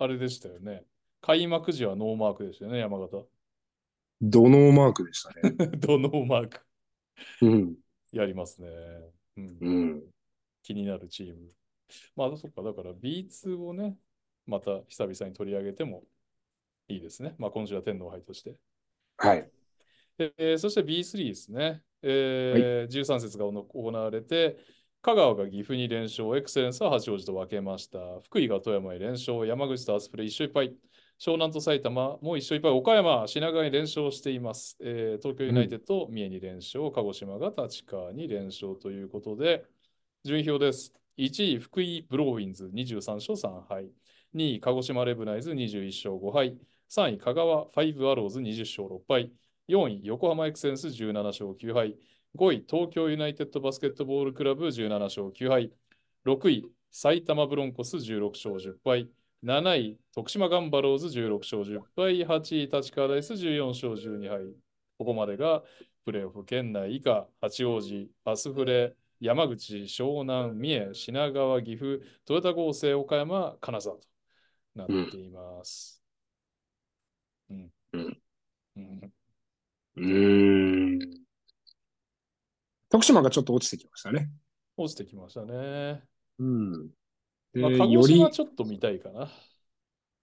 S1: あれでしたよね。開幕時はノーマークでしたよね、山形。
S2: 土のマークでしたね。
S1: ドノーマーク。
S2: うん。
S1: やりますね。うん
S2: うん。
S1: 気になるチーム。まあ、そっか、だから B2 をね、また久々に取り上げてもいいですね。まあ、今週は天皇杯として。
S2: はい。
S1: えーそして B3 ですね。えー13節がおの行われて、香川が岐阜に連勝、エクセレンスは八王子と分けました。福井が富山へ連勝、山口とアスプレイ一勝いっぱい。湘南と埼玉も一勝いっぱい。岡山、品川に連勝しています。えー東京ユナイテッド、三重に連勝、鹿児島が立川に連勝ということで、順位表です。1位、福井ブローウィンズ23勝3敗。2位、鹿児島レブナイズ21勝5敗。3位、香川ファイブアローズ20勝6敗。4位、横浜エクセンス17勝9敗。5位、東京ユナイテッドバスケットボールクラブ17勝9敗。6位、埼玉ブロンコス16勝10敗。7位、徳島ガンバローズ16勝10敗。8位、立川ダイス14勝12敗。ここまでがプレーオフ圏内以下、八王子、アスフレ、山口、湘南、三重、品川、岐阜、トヨタ合成、岡山、金沢となっています。うん。
S2: うん
S1: うん
S2: うーん。徳島がちょっと落ちてきましたね。
S1: 落ちてきましたね。
S2: うん。
S1: まあ、
S2: で
S1: 鹿
S2: よ
S1: 児
S2: り
S1: 島、ちょっと見たいかな。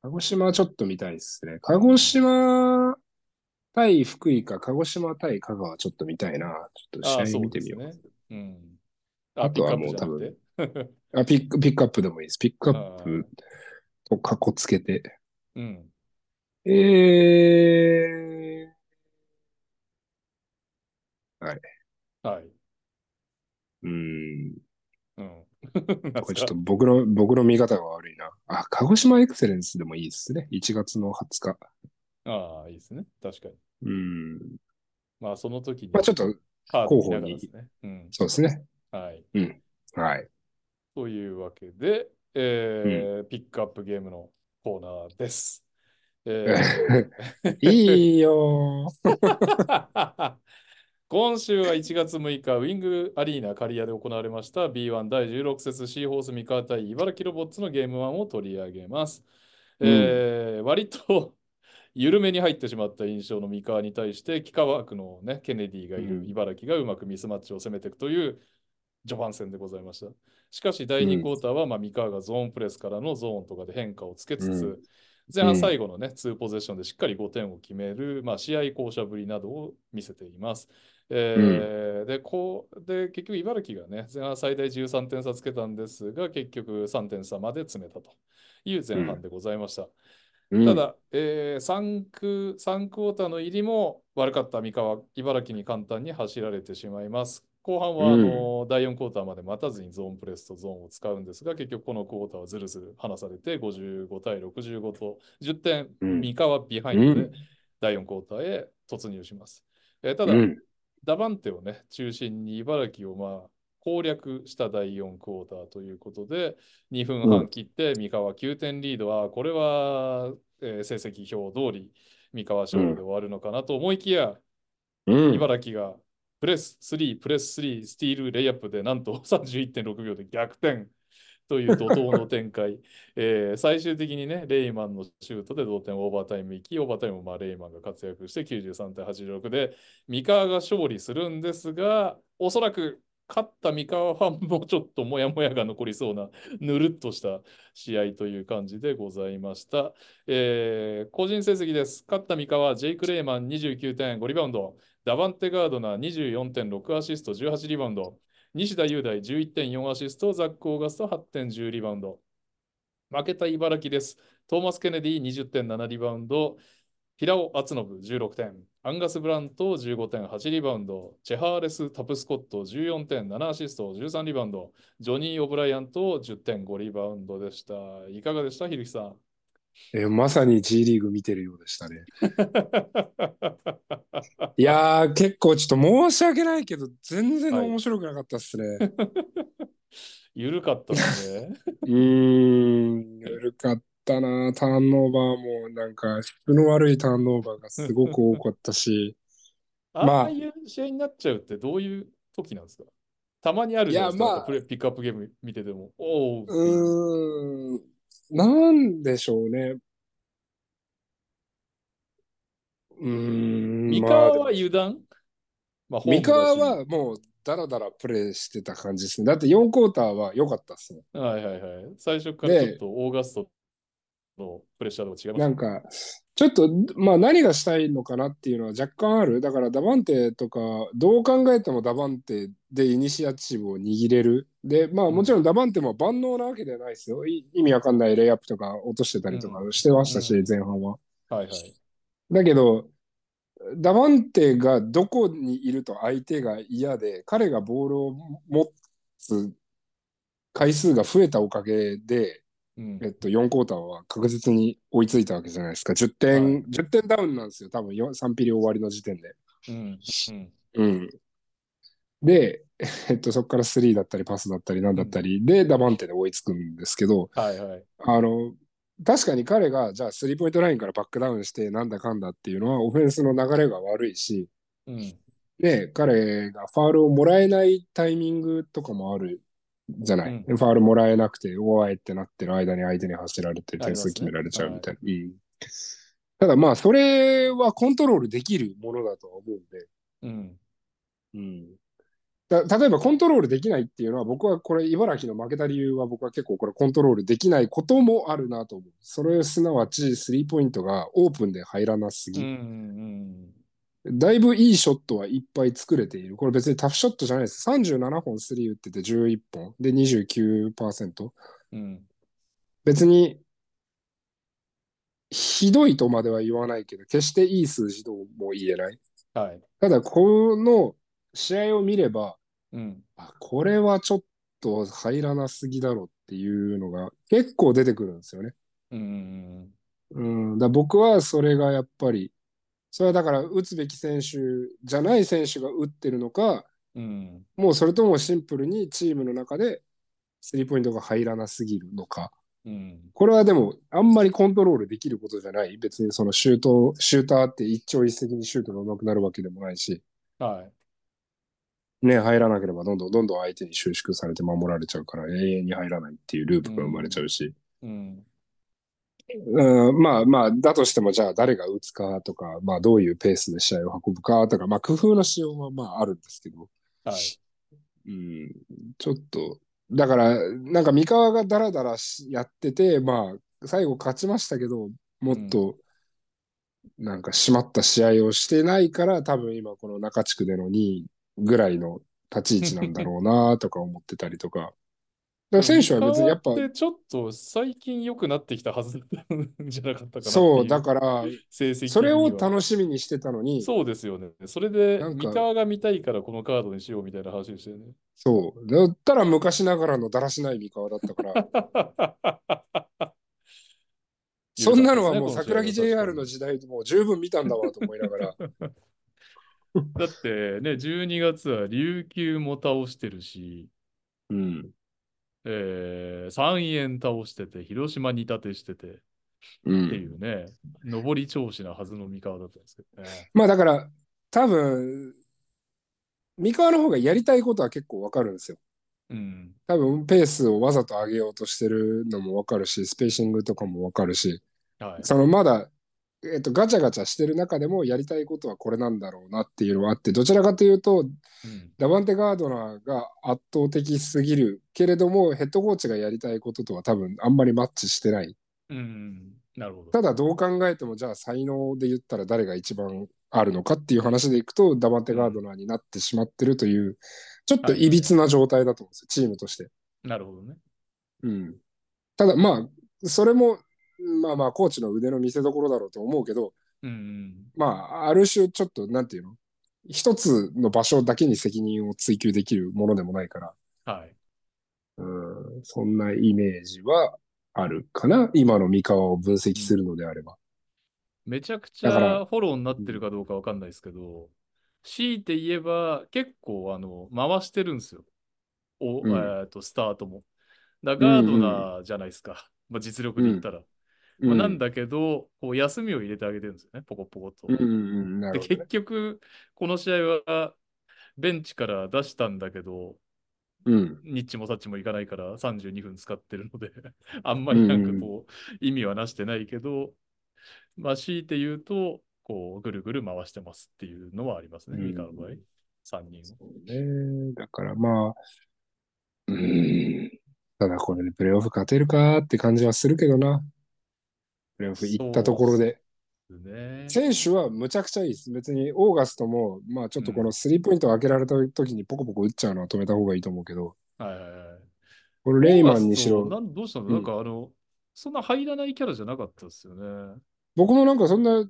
S2: 鹿児島ちょっと見たいですね。鹿児島対福井か、鹿児島対香川ちょっと見たいな。ちょっ
S1: あ
S2: と
S1: あ、
S2: 試合
S1: そう
S2: 見
S1: で
S2: てみ
S1: す
S2: よう。
S1: ね。うん。
S2: あとはも
S1: ピ
S2: う
S1: ックアップじゃなくて。
S2: あピック、ピックアップでもいいです。ピックアップとかっこつけて。
S1: うん。
S2: えー、
S1: はい。
S2: うん。
S1: うん。
S2: これちょっと僕の、僕の見方が悪いな。あ、鹿児島エクセレンスでもいいですね。1月の20日。
S1: ああ、いいですね。確かに。
S2: うん。
S1: まあ、その時に、
S2: まあちょっと、
S1: カード
S2: 候
S1: 見
S2: 補
S1: な
S2: に
S1: がらですね。うん。
S2: そうですね。
S1: はい。
S2: はい。
S1: というわけで、えーピックアップゲームのコーナーです。え
S2: いいよ
S1: ー 今週は1月6日、ウィングアリーナ刈谷で行われました B1 第16節シーホース三河対茨城ロボッツのゲーム1を取り上げます。えー割と緩めに入ってしまった印象の三河に対して、幾何枠の、ね、ケネディがいる
S2: うん
S1: 茨城がうまくミスマッチを攻めていくという序盤戦でございました。しかし第
S2: う
S1: 2
S2: ん
S1: クォーターは、まあ、三河がゾーンプレスからのゾーンとかで変化をつけつつ、
S2: うん
S1: 前
S2: う
S1: 半
S2: ん
S1: 最後のね、2ポゼッションでしっかり5点を決める、まあ、試合巧者ぶりなどを見せています。えーでこうで結局、茨城がね、前半最大13点差つけたんですが、結局3点差まで詰めたという前半でございました。
S2: ー
S1: た、だ、えー、3, 区3クォーターの入りも悪かった三河、茨城に簡単に走られてしまいます。後半は、
S2: うん
S1: あの第4クォーターまで待たずにゾーンプレスとゾーンを使うんですが、結局このクォーターはずるずる離されて55対65と10点
S2: うん
S1: 三河ビハインド
S2: う
S1: で第4クォーターへ突入します。えーた
S2: うん
S1: だ、
S2: うん
S1: ダバンテをね、中心に茨城をまあ攻略した第4クォーターということで、2分半切って三河9点リードは、これは、えー成績表通り三河勝利で終わるのかなと思いきや、
S2: うん
S1: 茨城がプレス3、プレス3、スティール、レイアップでなんと31.6秒で逆転という怒涛の展開、 えー最終的にね、レイマンのシュートで同点オーバータイム行き、オーバータイムもまあレイマンが活躍して93対86で、三河が勝利するんですが、おそらく勝った三河ファンもちょっともやもやが残りそうな、ぬるっとした試合という感じでございました。えー個人成績です。勝った三河、ジェイク・レイマン29点5リバウンド、ダバンテ・ガードナー24.6アシスト18リバウンド、西田雄大11.4アシスト、ザック・オーガスト8.10リバウンド。負けた茨城です。トーマス・ケネディ20.7リバウンド、平尾篤信16点、アンガス・ブラント15.8リバウンド、チェハーレス・タプスコット14.7アシスト13リバウンド、ジョニー・オブライアント10.5リバウンドでした。いかがでした、ひるきさん。
S2: えまさに G リーグ見てるようでしたね。いやー、結構ちょっと申し訳ないけど、全然面白くなかったっすね。
S1: ゆるかったですね。
S2: うーん、緩かったな。ターンオーバーも、なんか、質の悪いターンオーバーがすごく多かっ たし、
S1: あ
S2: まあ
S1: あいう試合になっちゃうってどういう時なんですかたまにあるじゃないです
S2: い
S1: か。
S2: やまあ
S1: なんかプレピックアップゲーム見てても。おお、
S2: うーん、なんでしょうね。うーん、
S1: 三
S2: まあ
S1: 河は油断まあ、ホーム
S2: 三
S1: だ
S2: 河
S1: し
S2: はもう、だらだらプレイしてた感じですね。だって4クォーターは良かったっすね。
S1: はいはいはい。最初から
S2: で
S1: ちょっとオーガストのプレッシャーとか違いまし
S2: なんか、ちょっと、まあ何がしたいのかなっていうのは若干ある。だからダバンテとか、どう考えてもダバンテでイニシアチブを握れる。で、まあもちろんダバンテも万能なわけではないですよ。い意味わかんないレイアップとか落としてたりとかしてましたし、
S1: うん
S2: 前半は。
S1: た。はいはい。
S2: だけど、ダバンテがどこにいると相手が嫌で、彼がボールを持つ回数が増えたおかげで、
S1: うん
S2: えっと、4クォーターは確実に追いついたわけじゃないですか。10点、
S1: はい
S2: 10点ダウンなんですよ。多分よ3ピリオ終わりの時点で。
S1: うんうん
S2: うん。で、 えっと、そこから3だったり、パスだったり、なんだったり、で、ダバンテで追いつくんですけど、
S1: はいはい。
S2: あの、確かに彼が、じゃあ、スリーポイントラインからバックダウンして、なんだかんだっていうのは、オフェンスの流れが悪いし、
S1: うん
S2: で、彼がファールをもらえないタイミングとかもあるじゃない。
S1: う
S2: ファールもらえなくて、おーいってなってる間に相手に走られて
S1: ありま
S2: 点
S1: すね
S2: 数決められちゃうみたいな。うんただまあ、それはコントロールできるものだとは思うんで、
S1: うん。
S2: だ例えばコントロールできないっていうのは、僕はこれ、茨城の負けた理由は、僕は結構これ、コントロールできないこともあるなと思う。それ、すなわち、スリーポイントがオープンで入らなす
S1: うんう
S2: ぎ。
S1: ん
S2: だいぶいいショットはいっぱい作れている。これ別にタフショットじゃないです。37本スリー打ってて11本。で、29%。
S1: うんうん。
S2: 別に、ひどいとまでは言わないけど、決していい数字とも言えない。
S1: はい。
S2: ただ、この試合を見れば、
S1: うん。
S2: あこれはちょっと入らなすぎだろっていうのが結構出てくるんですよね。
S1: うんうん
S2: うん、だ僕はそれがやっぱり、それはだから打つべき選手じゃない選手が打ってるのか、
S1: うん。うん。
S2: もうそれともシンプルにチームの中でスリーポイントが入らなすぎるのか。
S1: うん。
S2: これはでも、あんまりコントロールできることじゃない。別にそのシュート、シューターって一朝一夕にシュートが上手くなるわけでもないし、
S1: はい。
S2: ね、入らなければどんどんどんどん相手に収縮されて守られちゃうから、永遠に入らないっていうループが生まれちゃうし、
S1: うん。
S2: うん、まあまあ、だとしても、じゃあ誰が打つかとか、まあどういうペースで試合を運ぶかとか、まあ工夫の仕様はまああるんですけど、
S1: はい。
S2: うん、ちょっと、だから、なんか三河がダラダラしやってて、まあ、最後勝ちましたけど、もっと、なんか締まった試合をしてないから、多分今この中地区での2位ぐらいの立ち位置なんだろうなとか思ってたりとか。だから選手は別にやっぱ
S1: 三、河てちょっと最近良くなってきたはずなんじゃなかったかなってい
S2: そう、だから、
S1: 成績
S2: それを
S1: には
S2: 楽しみにしてたのに、
S1: そうですよね。それで、
S2: なんか
S1: 三河が見たいからこのカードにしようみたいな話でしたよね。
S2: そう。だったら昔ながらのだらしない三河だったから、 そんなのはもう桜木 JR の時代でもう十分見たんだわと思いながら、
S1: だってね、12月は琉球も倒してるし、
S2: うん。
S1: えー、三円倒してて、広島に立てしててっ
S2: う
S1: て
S2: ん、
S1: いうね、上り調子なはずの三河だったんですけどね。
S2: まあだから、多分、三河の方がやりたいことは結構わかるんですよ。
S1: うん。
S2: 多分、ペースをわざと上げようとしてるのもわかるし、スペーシングとかもわかるし、
S1: はい。
S2: そのまだ、えっと、ガチャガチャしてる中でもやりたいことはこれなんだろうなっていうのはあって、どちらかというと、
S1: うん
S2: ダバンテ・ガードナーが圧倒的すぎるけれども、ヘッドコーチがやりたいこととは多分あんまりマッチしてない。
S1: うん。なるほど。
S2: ただどう考えても、じゃあ才能で言ったら誰が一番あるのかっていう話でいくと、ダバンテ・ガードナーになってしまってるという、ちょっといびつな状態だと思うんですよ、チームとして。
S1: なるほどね。
S2: うん。ただまあ、それも、まあまあ、コーチの腕の見せ所だろうと思うけど、
S1: うん。
S2: まあ、ある種ちょっと、なんていうの一つの場所だけに責任を追求できるものでもないから、
S1: はい。
S2: うんそんなイメージはあるかな今の三河を分析するのであれば。
S1: めちゃくち
S2: だか
S1: ゃ
S2: ら
S1: フォローになってるかどうかわかんないですけど、強いて言えば結構あの回してるんですよ。お
S2: うん
S1: えーとスタートも。だガードナーじゃないですか。まあ、実力で言ったら。まあ、なんだけど、こう休みを入れてあげてるんですよね、ポコポコと。
S2: うんうんうん、な
S1: で
S2: るほど
S1: 結
S2: ね。
S1: 局、この試合はベンチから出したんだけど、
S2: うん。
S1: ニッチもサッチもいかないから32分使ってるので あんまりなんかこう、意味はなしてないけど、まあ強いて言うと、こうぐるぐる回してますっていうのはありますね、
S2: うん
S1: ミカの場合。3人を。
S2: そうね。だからまあ、うん。ただこれでプレーオフ勝てるかって感じはするけどな。プレーオフ行ったところで。
S1: ね。
S2: 選手はむちゃくちゃいいです。別にオーガストも、まあちょっとこのスリーポイントを開けられた時にポコポコ打っちゃうのは止めた方がいいと思うけど、
S1: はいはいはい。
S2: このレイマンにし
S1: オーガスト
S2: ろ、
S1: なんどうしたの、
S2: うん
S1: なんかあの、そんな入らないキャラじゃなかったですよね。
S2: 僕もなんかそんな、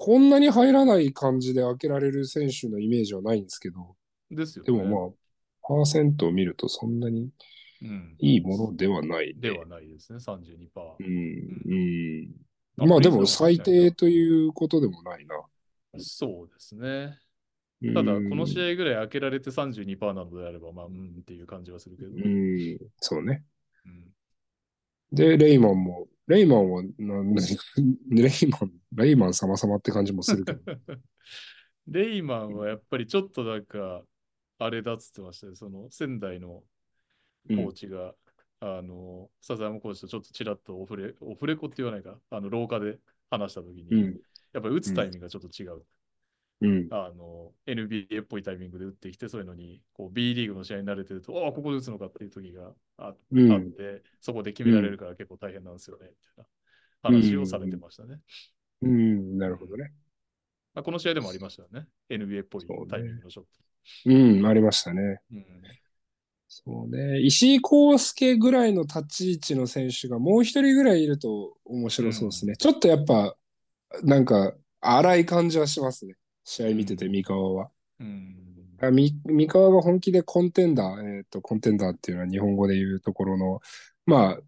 S2: こんなに入らない感じで開けられる選手のイメージはないんですけど、
S1: ですよ
S2: で
S1: ね。
S2: もまあ、パーセントを見るとそんなに
S1: うん、
S2: いいものではない、
S1: ではないですね、32%。
S2: うん、う
S1: あ
S2: ん。まあでも最低ということでもないな。
S1: そうですね。
S2: うん
S1: ただ、この試合ぐらい開けられて32%なのであれば、まあ、うんっていう感じはするけど。
S2: うん、そうね。
S1: うん
S2: で、レイマンも、レイマンは、なレイマン、レイマン様様って感じもする けど。
S1: レイマンはやっぱりちょっとなんか、あれだっつってましたね。その仙台のコーチが、あの、笹山コーチとちょっとちらっとオフレ、オフレコって言わないか、あの、廊下で話したときに、
S2: うん、
S1: やっぱり打つタイミングがちょっと違う。
S2: うん、
S1: あの、NBA っぽいタイミングで打ってきて、そういうのに、こう、B リーグの試合に慣れてると、ああ、ここで打つのかっていう時があ
S2: うん
S1: あって、そこで決められるから結構大変なんですよね、みたいな話をされてましたね。
S2: うん、なるほどね。
S1: まあこの試合でもありましたよね。NBA っぽいタイミングのショット。
S2: うん、ありましたね。
S1: うん
S2: そうね。石井康介ぐらいの立ち位置の選手がもう一人ぐらいいると面白そうですね。ちょっとやっぱ、なんか、荒い感じはしますね。試合見てて、三河は。
S1: うん。
S2: あみ三河が本気でコンテンダー、えっ、と、コンテンダーっていうのは日本語で言うところの、ま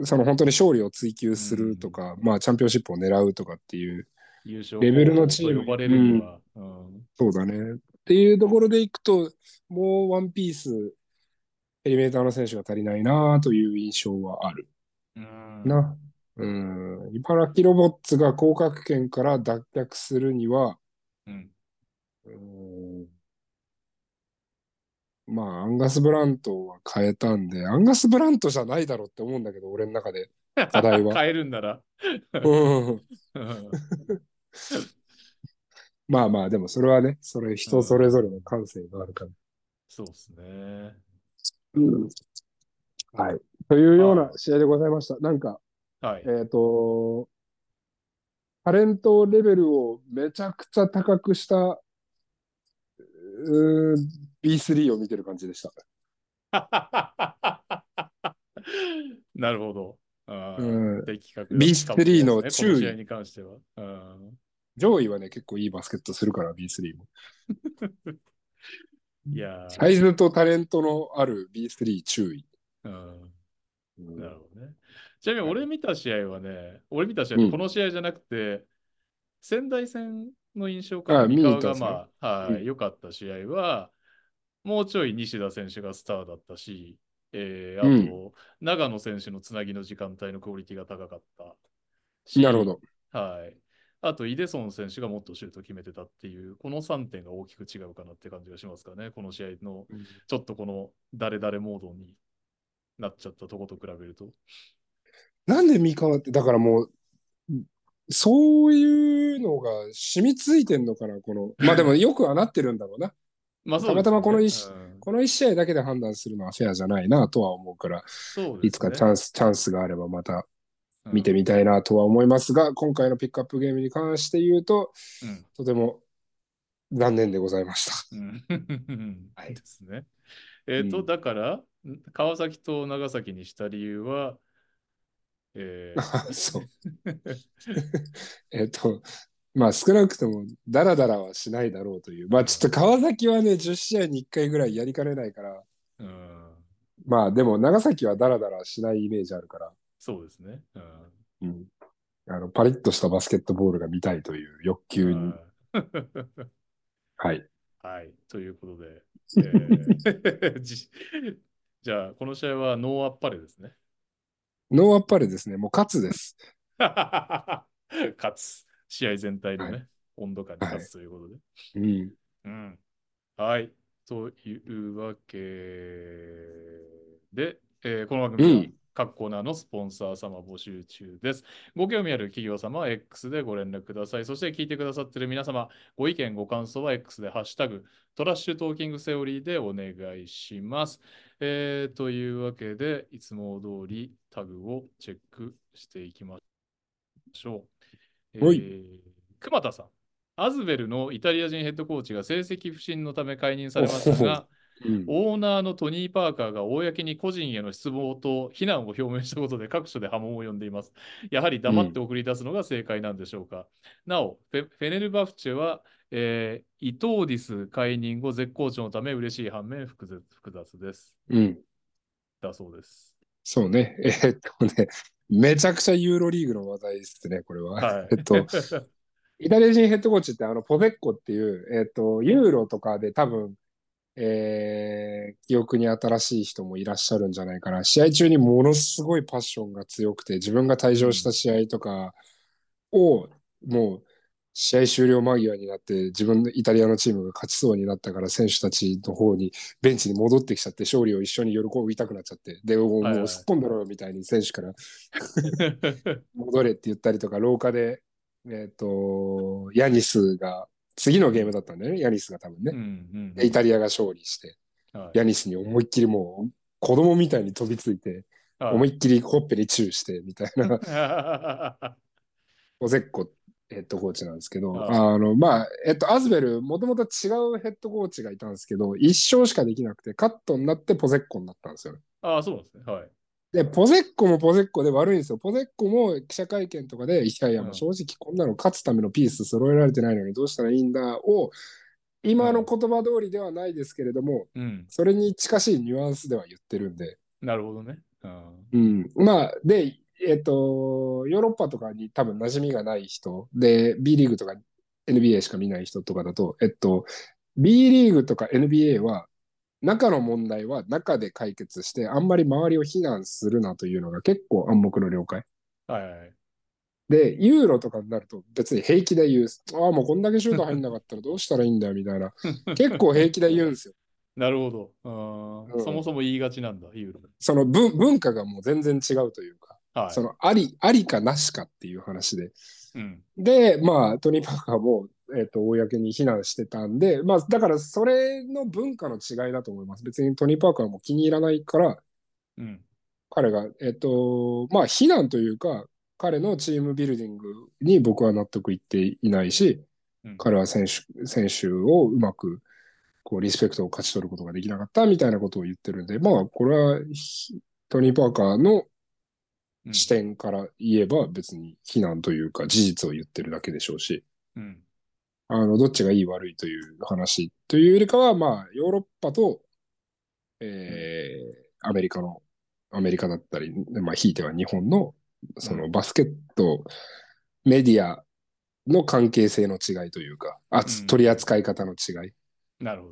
S2: あ、その本当に勝利を追求するとか、まあ、チャンピオンシップを狙うとかっていう、
S1: 優勝
S2: レベルのチーム
S1: と呼ばれるには、うん
S2: そうだね。っていうところでいくと、もうワンピース、エレメーターの選手が足りないなという印象はある。
S1: うん。
S2: な。うん。茨城ロボッツが降格圏から脱却するには、
S1: うん。
S2: うんまあ、アンガス・ブラントは変えたんで、アンガス・ブラントじゃないだろうって思うんだけど、俺の中 で。課題は
S1: 変えるんな ら。
S2: うん。
S1: うん
S2: まあまあ、でもそれはね、それ人それぞれの感性があるから。
S1: そうですね。
S2: はい。というような試合でございました。なんか、
S1: はい
S2: え。っ、と、タレントレベルをめちゃくちゃ高くした、うーん B3 を見てる感じでした。
S1: なるほど。あー
S2: うん
S1: 的確
S2: B3 の
S1: ね
S2: 注意
S1: この試合に関しては。うん
S2: 上位はね、結構いいバスケットするから、B3 も。
S1: いやー
S2: サイズとタレントのある B3 注意。
S1: うん
S2: うん
S1: なるほどね。ちなみに俺見た試合はね、俺見た試合ってこの試合じゃなくて、仙台戦の印象か
S2: あ
S1: ら
S2: 見
S1: 三
S2: に行
S1: 河
S2: ったんで
S1: が
S2: すね
S1: まあ、は
S2: う
S1: い、良かった試合は、もうちょい西田選手がスターだったし、えーあと、長野選手のつなぎの時間帯のクオリティが高かったし、
S2: なるほど。
S1: はい。あと、イデソン選手がもっとシュート決めてたっていう、この3点が大きく違うかなって感じがしますかね。この試合の、ちょっとこの誰々モードになっちゃったとこと比べると。
S2: なんで三河って、だからもう、そういうのが染みついてんのかな、この。 まあでもよくはなってるんだろうな。
S1: まあ
S2: たまたまこの一
S1: そうですねうん
S2: この1試合だけで判断するのはフェアじゃないなとは思うから、
S1: そうですね
S2: いつかチャンス、チャンスがあればまた見て
S1: み
S2: みたいなとは思いますが、今回のピックアップゲームに関して言うと、
S1: うん
S2: とても残念でございました。
S1: うん
S2: はい
S1: ですね。えっ、と、
S2: うん
S1: だから、ん川崎と長崎にした理由は、え
S2: そう。
S1: ー
S2: えっと、まあ少なくともダラダラはしないだろうという。まあちょっと川崎はね、10試合に1回ぐらいやりかねないから、
S1: うん、
S2: まあでも長崎はダラダラしないイメージあるから、
S1: そうですね。うん
S2: うんあのパリッとしたバスケットボールが見たいという欲求に、
S1: はい
S2: はい。
S1: はい、ということで、えーじじゃあ、この試合はノーアッパレですね。
S2: ノーアッパレですね。もう勝つです。
S1: 勝つ。試合全体のね、
S2: は
S1: 温度感に勝つということで。
S2: うん。
S1: うん。はい。というわけで、えーこの番組は
S2: うん
S1: 各コーナーのスポンサー様募集中です。ご興味ある企業様は X でご連絡ください。そして聞いてくださっている皆様、ご意見、ご感想は X でハッシュタグトラッシュトーキングセオリーでお願いします。えーというわけで、いつも通りタグをチェックしていきましょう。え
S2: はい
S1: ー、熊田さん。アズベルのイタリア人ヘッドコーチが成績不振のため解任されましたが、
S2: うん
S1: オーナーのトニー・パーカーが公に個人への失望と非難を表明したことで各所で波紋を呼んでいます。やはり黙って送り出すのが正解なんでしょうか。なお、フェフェネルバフチェは、えーイトーディス解任後絶好調のため嬉しい反面複雑複雑です。
S2: うん。
S1: だそうです。
S2: そうね。 えーっとね、めちゃくちゃユーロリーグの話題ですね、これは。
S1: はい
S2: えっと、イタリア人ヘッドコーチって、あの、ポベッコっていう、えーっと、ユーロとかで多分、えー記憶に新しい人もいらっしゃるんじゃないかな。試合中にものすごいパッションが強くて、自分が退場した試合とかを、もう、試合終了間際になって、自分のイタリアのチームが勝ちそうになったから、選手たちの方にベンチに戻ってきちゃって、勝利を一緒に喜びたくなっちゃって、で、
S1: は
S2: もう
S1: いはい
S2: もうすっぽんだろうみたいに選手から戻れって言ったりとか、廊下で、えっ、と、ヤニスが、次のゲームだったんだよね、ヤニスが多分
S1: う
S2: ね。
S1: ん
S2: でイタリアが勝利して、
S1: うんはい
S2: ヤニスに思いっきりもう、子供みたいに飛びついて、
S1: はい
S2: 思いっきりほっぺにチューして、みたいな。オゼッコヘッドコーチなんですけど、
S1: はい
S2: あの、まあ、えっと、アズベル、もともと違うヘッドコーチがいたんですけど、一勝しかできなくて、カットになってポゼッコになったんですよ。
S1: ああ、そうなんですね。はい。
S2: で、ポゼッコもポゼッコで悪いんですよ。ポゼッコも記者会見とかで、いやいや、
S1: うん
S2: もう正直こんなの勝つためのピース揃えられてないのにどうしたらいいんだを、今の言葉通りではないですけれども、
S1: うん。
S2: それに近しいニュアンスでは言ってるんで、
S1: なるほどね。うん。
S2: うん、まあ、で、えっと、ヨーロッパとかに多分馴染みがない人で、B リーグとか NBA しか見ない人とかだと、えっと、B リーグとか NBA は、中の問題は中で解決して、あんまり周りを非難するなというのが結構暗黙の了解。
S1: はいはいはい。
S2: で、ユーロとかになると別に平気で言う。ああ、もうこんだけシュート入んなかったらどうしたらいいんだよみたいな。 結構平気で言うんですよ。
S1: なるほど。あー
S2: うん
S1: そもそも言いがちなんだ、ユーロ。
S2: その文文化がもう全然違うというか、
S1: はい。
S2: そのあり、ありかなしかっていう話で。
S1: うん。
S2: で、まあ、トニー・パーカーも、えっ、と、公に非難してたんで、まあ、だから、それの文化の違いだと思います。別にトニー・パーカーも気に入らないから、
S1: うん。
S2: 彼が、えっ、と、まあ、非難というか、彼のチームビルディングに僕は納得いっていないし、
S1: うん
S2: 彼は選手、選手をうまく、こう、リスペクトを勝ち取ることができなかったみたいなことを言ってるんで、まあ、これは、ひトニー・パーカーの
S1: うん
S2: 視点から言えば、別に非難というか、事実を言ってるだけでしょうし、
S1: うん。
S2: あの、どっちがいい悪いという話というよりかは、まあ、ヨーロッパと、えーアメリカの、アメリカだったり、まあ、ひいては日本の、そのバスケット、メディアの関係性の違いというか、あつ
S1: うん
S2: 取り扱い方の違い、
S1: なるほ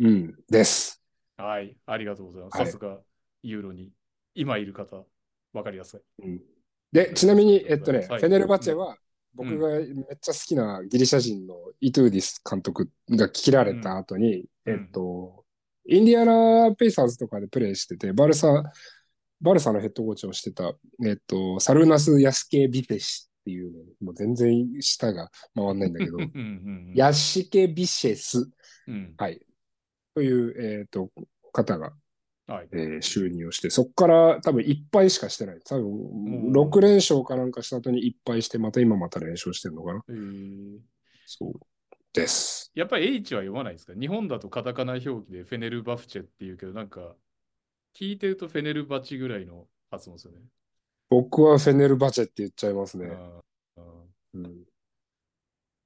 S2: うん、です。
S1: ど。はい。ありがとうございます。
S2: はい
S1: さすが、ユーロに、今いる方、わかりやすい。
S2: で、ちなみに、えっとね、
S1: はい
S2: フェネルバチェは、僕がめっちゃ好きなギリシャ人のイトゥーディス監督が切られた後に、
S1: うん
S2: えっと、インディアナ・ペイサーズとかでプレーしてて、バルサ、バルサのヘッドコーチをしてた、えっと、サルナス・ヤシケ・ビテシっていうの、もう全然舌が回んないんだけど
S1: うん、うんうん。
S2: ヤシケ・ビシェス
S1: うん。
S2: という、えっと、方が、
S1: はい
S2: え。ー就任をして、そこから多分1敗しかしてない。多
S1: う
S2: 分
S1: ん
S2: 6連勝かなんかした後に1敗して、また今また連勝してるのかな。
S1: えー
S2: そう。です。
S1: やっぱり H は読まないですか日本だとカタカナ表記でフェネルバフチェっていうけど、なんか、聞いてるとフェネルバチぐらいの発音ですよね。
S2: 僕はフェネルバチェって言っちゃいますね。
S1: あーあ
S2: うん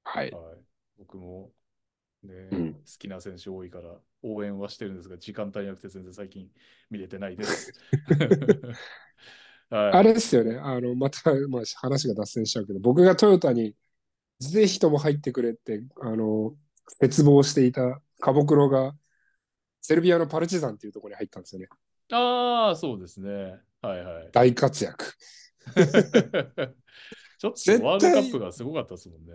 S2: はい
S1: ー。はい、僕も、ね
S2: うん
S1: 好きな選手多いから応援はしてるんですが、時間帯なくて全然最近見れてない です。はい、
S2: あれですよね。あの、また、まあ、話が脱線しちゃうけど、僕がトヨタに、ぜひとも入ってくれって、あの、絶望していたカボクロが、セルビアのパルチザンっていうところに入ったんですよね。
S1: あー、そうですね。はい はい。
S2: 大活躍。
S1: ちょっ
S2: 絶対
S1: とワールドカップがすごかったですもんね。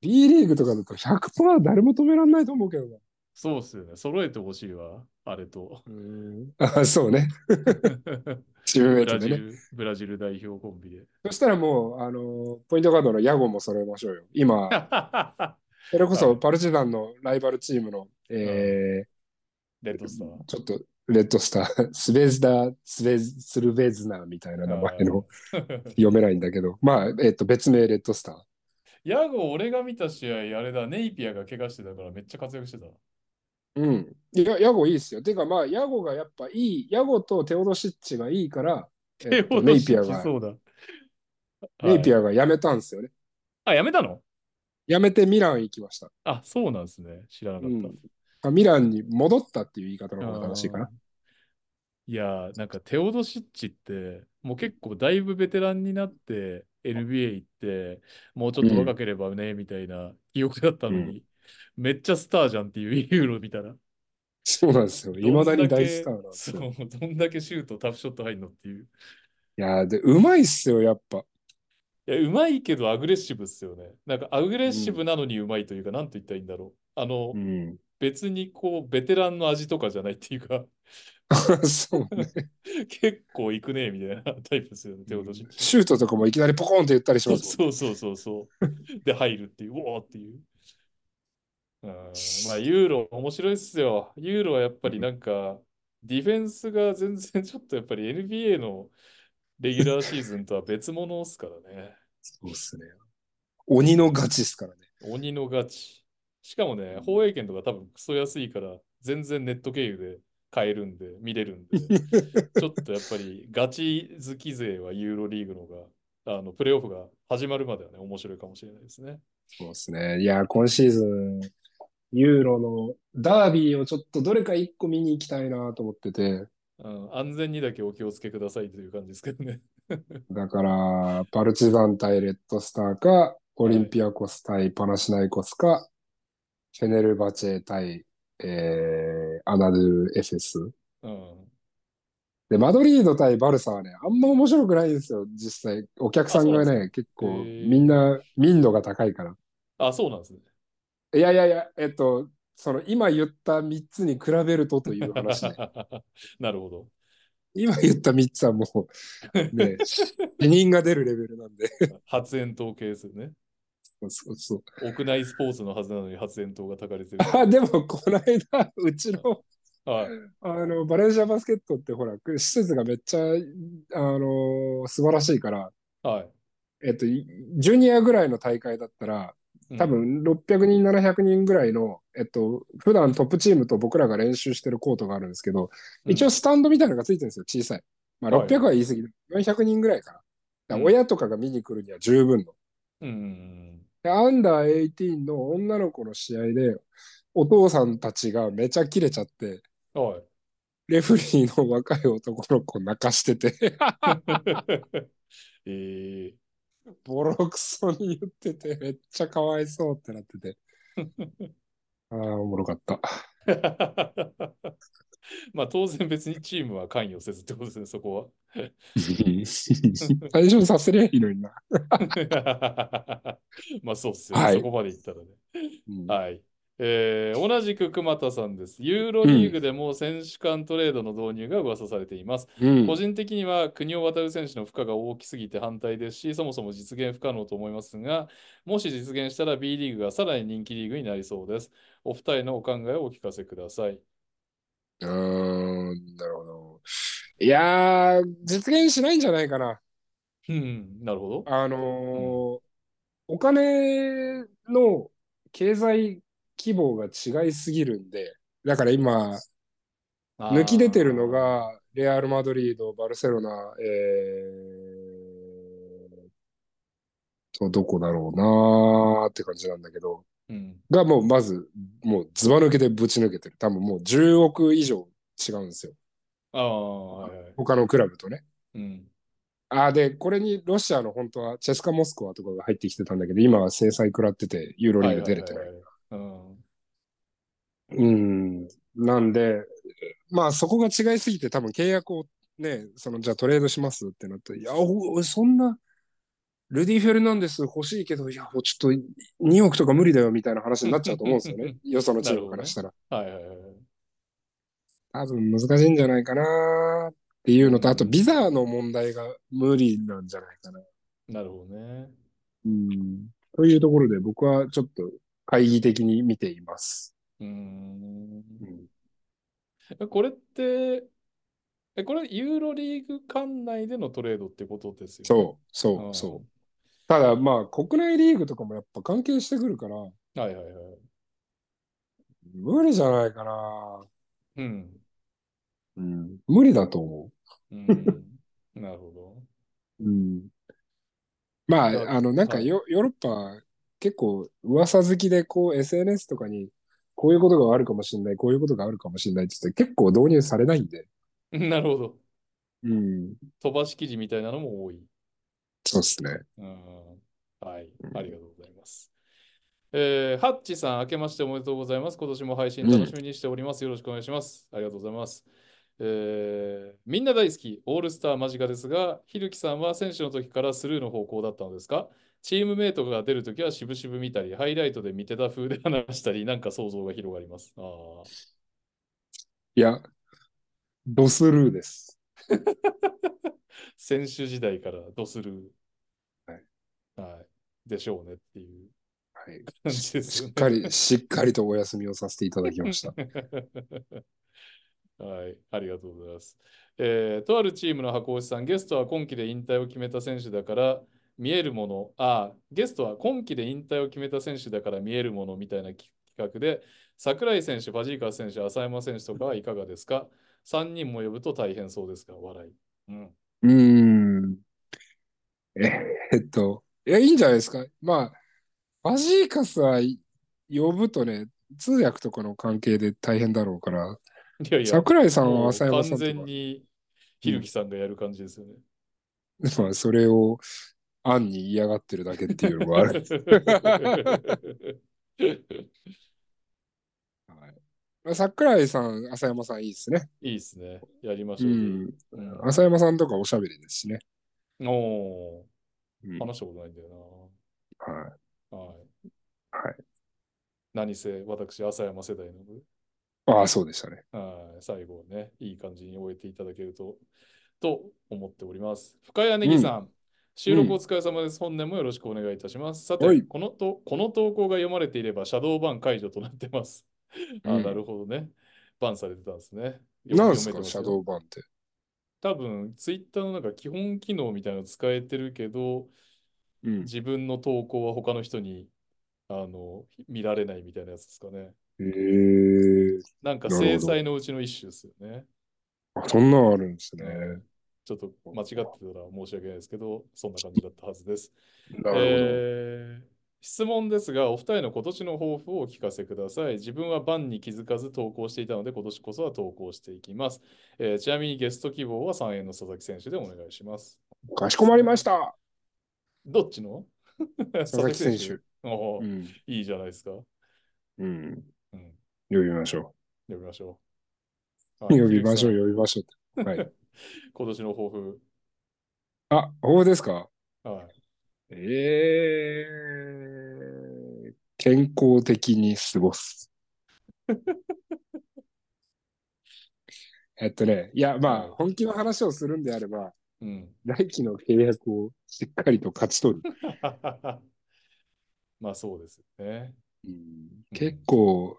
S2: B リーグとかだと100%誰も止められないと思うけどな。
S1: そうっすよね。揃えてほしいわ、あれと。
S2: あそうね。チームメイ
S1: ブ
S2: ト
S1: ラ
S2: で
S1: ジ
S2: ね。
S1: ル、ブラジル代表コンビで。
S2: そしたらもう、あの、ポイントガードのヤゴも揃えましょうよ。今、それこ
S1: は
S2: そ
S1: い
S2: パルチザンのライバルチームの、え
S1: レッドス ター。
S2: ー、ちょっとレッドスター、スベズダ、スベズ、スルベズナーみたいな名前の
S1: はい
S2: 読めないんだけど、まあ、えっと、別名レッドスター。
S1: ヤゴ、俺が見た試合、あれだ、ネイピアが怪我してたからめっちゃ活躍してた。
S2: うん。いや、ヤゴいいですよ。てかまあ、ヤゴがやっぱいい、ヤゴとテオドシッチがいいから、え っとネイピアが、
S1: そうだ。
S2: ネイピ
S1: ア。
S2: アが辞めたんですよね。
S1: あ、やめたの
S2: 辞めてミラン行きました。
S1: あ、そうなんですね。知らなか
S2: う
S1: った。
S2: ん、あミランに戻ったっていう言い方の方が正しいか
S1: あ
S2: な
S1: ー。いやー、なんかテオドシッチって、もう結構だいぶベテランになって、NBA 行って、もうちょっと若ければね、みたいな記憶だったのに、めっちゃスターじゃんっていうユーロ見たら。
S2: そうなんですよ。いまだに大スターなん
S1: だ
S2: ですよ。
S1: そう、どんだけシュート、タフショット入んのっていう。
S2: いやーで、うまいっすよ、やっぱ。
S1: いや、うまいけどアグレッシブっすよね。なんかアグレッシブなのにうまいというか、なんと言ったらいいんだろう。あの、
S2: うん。
S1: 別にこう、ベテランの味とかじゃないっていうか、
S2: そうね。
S1: 結構いくね、みたいなタイプですよね、手落とし。
S2: シュートとかもいきなりポコーンって言ったりし
S1: そ
S2: ま
S1: う
S2: す
S1: そうそうそうそう。 で、入るっていう、うおーっていう。うんまあ、ユーロ、面白いっすよ。ユーロはやっぱりなんか、ディフェンスが全然ちょっとやっぱり NBA のレギュラーシーズンとは別物っすからね。
S2: もん。そうっすね。鬼のガチっすからね。
S1: 鬼のガチ。しかもね、放映権とか多分クソ安いから、全然ネット経由で買えるんで、見れる んで、ちょっとやっぱりガチ好き勢はユーロリーグの方が、あのプレーオフが始まるまではね、面白いかもしれないですね。
S2: そうっすね。いやー、今シーズン、ユーロのダービーをちょっとどれか一個見に行きたいなと思ってて。
S1: うん、安全にだけお気をつけくださいという感じですけどね。
S2: だから、パルチザン対レッドスターか、オリンピアコス対パナシナイコスか、フェネルバチェ対、えー、アナドゥル・エフェス。
S1: うん。
S2: で、マドリード対バルサはね、あんま面白くないんですよ、実際。お客さんが
S1: あそう
S2: ね、結構、
S1: へー
S2: みんな、民度が高いから。
S1: あ、そうなんですね。
S2: いやいやいや、えっと、その、今言った3つに比べるとという 話ね。
S1: なるほど。
S2: 今言った3つはもう、ね、死人が出るレベルなんで。
S1: 発煙筒系ですよね。
S2: そうそうそう。
S1: 屋内スポーツのはずなのに発煙筒が焚かれ てる。
S2: あ、でも、この間、うちの、
S1: はい。
S2: あの、バレンシアバスケットってほら、施設がめっちゃ、あの素晴らしいから、
S1: はい。
S2: えっと、ジュニアぐらいの大会だったら、
S1: うん
S2: 多。分600人、700人ぐらいの、えっと、普段トップチームと僕らが練習してるコートがあるんですけど、
S1: うん
S2: 一応スタンドみたいなのがついてるんですよ、小さい。まあ、
S1: はい
S2: 600は言い過ぎだ。400人ぐらいかな。だから親とかが見に来るには十分の。
S1: うん。
S2: でアンダー18の女の子の試合で、お父さんたちがめちゃ切れちゃって、
S1: はい。
S2: レフリーの若い男の子泣かしてて、
S1: え
S2: ボロクソに言ってて、めっちゃかわいそうってなっ てて。ああ、おもろかった。
S1: ーまあ当然別にチームは関与せずってことですね、そこは。
S2: 最初させりゃいいのにな。
S1: まあそうっすよね、
S2: はい
S1: そこまでいったらね。はい。えー同じく熊田さんです。ユーロリーグでも選手間トレードの導入が噂されています。
S2: うん
S1: 個人的には国を渡る選手の負荷が大きすぎて反対ですし、そもそも実現不可能と思いますが、もし実現したら B リーグがさらに人気リーグになりそうです。お二人のお考えをお聞かせください。
S2: うーん、なるほど。いやー、実現しないんじゃないかな。
S1: うん、なるほど。
S2: あのーお金の経済規模が違いすぎるんで、だから今、
S1: あー
S2: 抜き出てるの、が、レアル・マドリード、バルセロナ、えー、と、どこだろうなーって感じなんだけど、
S1: うん、
S2: がもうまず、もうずば抜けてぶち抜けてる。多分もう10億以上違うんですよ。
S1: ああ、はいはい。
S2: 他のクラブとね。
S1: うん、
S2: あーで、これにロシアの本当はチェスカ・モスクワとかが入ってきてたんだけど、今は制裁食らってて、ユーロリーグ出れてない。
S1: はいはいはいはい
S2: うん。なんで、まあそこが違いすぎて多分契約をね、そのじゃあトレードしますってなったら、いや、おおそんな、ルディ・フェルナンデス欲しいけど、いや、もうちょっと2億とか無理だよみたいな話になっちゃうと思うんですよね。よそのチームからしたら。
S1: うん。はいはいはいはい。
S2: 多分難しいんじゃないかなっていうのと、
S1: うん
S2: あとビザの問題が無理なんじゃないかな。
S1: なるほどね。
S2: うん。というところで僕はちょっと会議的に見ています。
S1: うーん。
S2: うん
S1: えこれって、え、これユーロリーグ間内でのトレードってことですよね。
S2: そう、
S1: う
S2: そ
S1: ん
S2: う、そう。ただまあ国内リーグとかもやっぱ関係してくるから、
S1: はいはいはい。
S2: 無理じゃないかな。
S1: うん。
S2: うん。無理だと思
S1: うん、なるほ
S2: う。うん。ま
S1: だ
S2: あ、あの、なんか
S1: はい
S2: ヨヨーロッパ結構噂好きでこう SNS とかにこういうことがあるかもしれない、こういうことがあるかもしれないって言って結構導入されないんで。
S1: ど。 なるほど。
S2: うん。
S1: 飛ばし記事みたいなのも多い。
S2: そうですね。
S1: うんはい、
S2: うん
S1: ありがとうございます。えーハッチさん、明けましておめでとうございます。今年も配信
S2: うん
S1: 楽しみにしております。よろしくお願いします。ありがとうございます。えーみんな大好き、オールスター間近ですが、ひるきさんは選手の時からスルーの方向だったのですかチームメイトが出るときはしぶしぶ見たり、ハイライトで見てた風で話したり、なんか想像が広がります。あー
S2: いや、ドスルーです。
S1: 選手時代からドスルー、
S2: はい
S1: はい、でしょうねっていう
S2: はい。
S1: 感じですよ
S2: し
S1: ね
S2: っかり、しっかりとお休みをさせていただきました。
S1: はい、ありがとうございます。えーとあるチームの箱推しさん、ゲストは今季で引退を決めた選手だから、見えるもの、あ、ゲストは今季で引退を決めた選手だから見えるものみたいなき企画で、桜井選手、ファジーカー選手、浅山選手とかはいかがですか ?3 人も呼ぶと大変そうですが、笑い。うん。
S2: うーん。ええっと、いや、いいんじゃないですか。まあ、ファジーカスは呼ぶとね、通訳とかの関係で大変だろうから、
S1: いやいや、
S2: 桜井さん
S1: も
S2: は
S1: う
S2: 浅山さ
S1: 完
S2: んと
S1: 全
S2: か、
S1: にひるきさんがやる感じですよね。
S2: ま あ、それを案に嫌がってるだけっていうのもあ る。はい桜井さん、浅山さんいいですね。
S1: いいですね。やりまし
S2: う
S1: ょう。
S2: ん。
S1: うん
S2: 浅山さんとかおしゃべりですしね。
S1: お
S2: うん
S1: ー、話したことないんだよ
S2: は
S1: な。はい。
S2: はい。
S1: 何せ、私、浅山世代なので、
S2: い。ああ、そうでしたね。
S1: はい、最後ね、いい感じに終えていただけると、と思っております。深谷ネギさん、収録お疲れ様です。本年もよろしくお願いいたします。さ
S2: は
S1: て、
S2: い
S1: このと、この投稿が読まれていれば、シャドーバン解除となってます。あ
S2: う
S1: ー
S2: ん
S1: なるほどね。バンされてたんですね。
S2: な
S1: よ
S2: ん
S1: く
S2: です
S1: 読めて
S2: か、
S1: ます
S2: シ
S1: よ
S2: ャドーバンって。
S1: 多分、ツイッターのなんか基本機能みたいなの使えてるけど、
S2: うん。
S1: 自分の投稿は他の人にあの見られないみたいなやつですかね。
S2: へえ
S1: なんか
S2: なるほ
S1: 制
S2: ど
S1: 裁のうちの一種ですよね。
S2: あ、そんなのあるんですね。
S1: ちょっと間違ってたら申し訳ないですけど、そんな感じだったはずです。
S2: なる
S1: えー質問ですが、お二人の今年の抱負をお聞かせください。自分はバンに気づかず投稿していたので、今年こそは投稿していきます。えーちなみにゲスト希望は3円の佐々木選手でお願いします。
S2: ほど。かしこまりました。
S1: どっちの 佐
S2: 佐々木選手。
S1: お
S2: う
S1: ー
S2: ん。
S1: いいじゃないですか。
S2: うん。
S1: うん、
S2: 呼びましょ
S1: 呼びましょう。
S2: う。
S1: はい
S2: 呼びましょ
S1: ひ
S2: う、呼びましょうって。はい。
S1: ろゆきさん今年の抱負。
S2: あ、ここですか
S1: はい。
S2: えー、健康的に過ごす。 えっとね、いや、まあ、本気の話をするんであれば、
S1: うん。
S2: 来期の契約をしっかりと勝ち取る。
S1: まあそうですよね。
S2: 結構、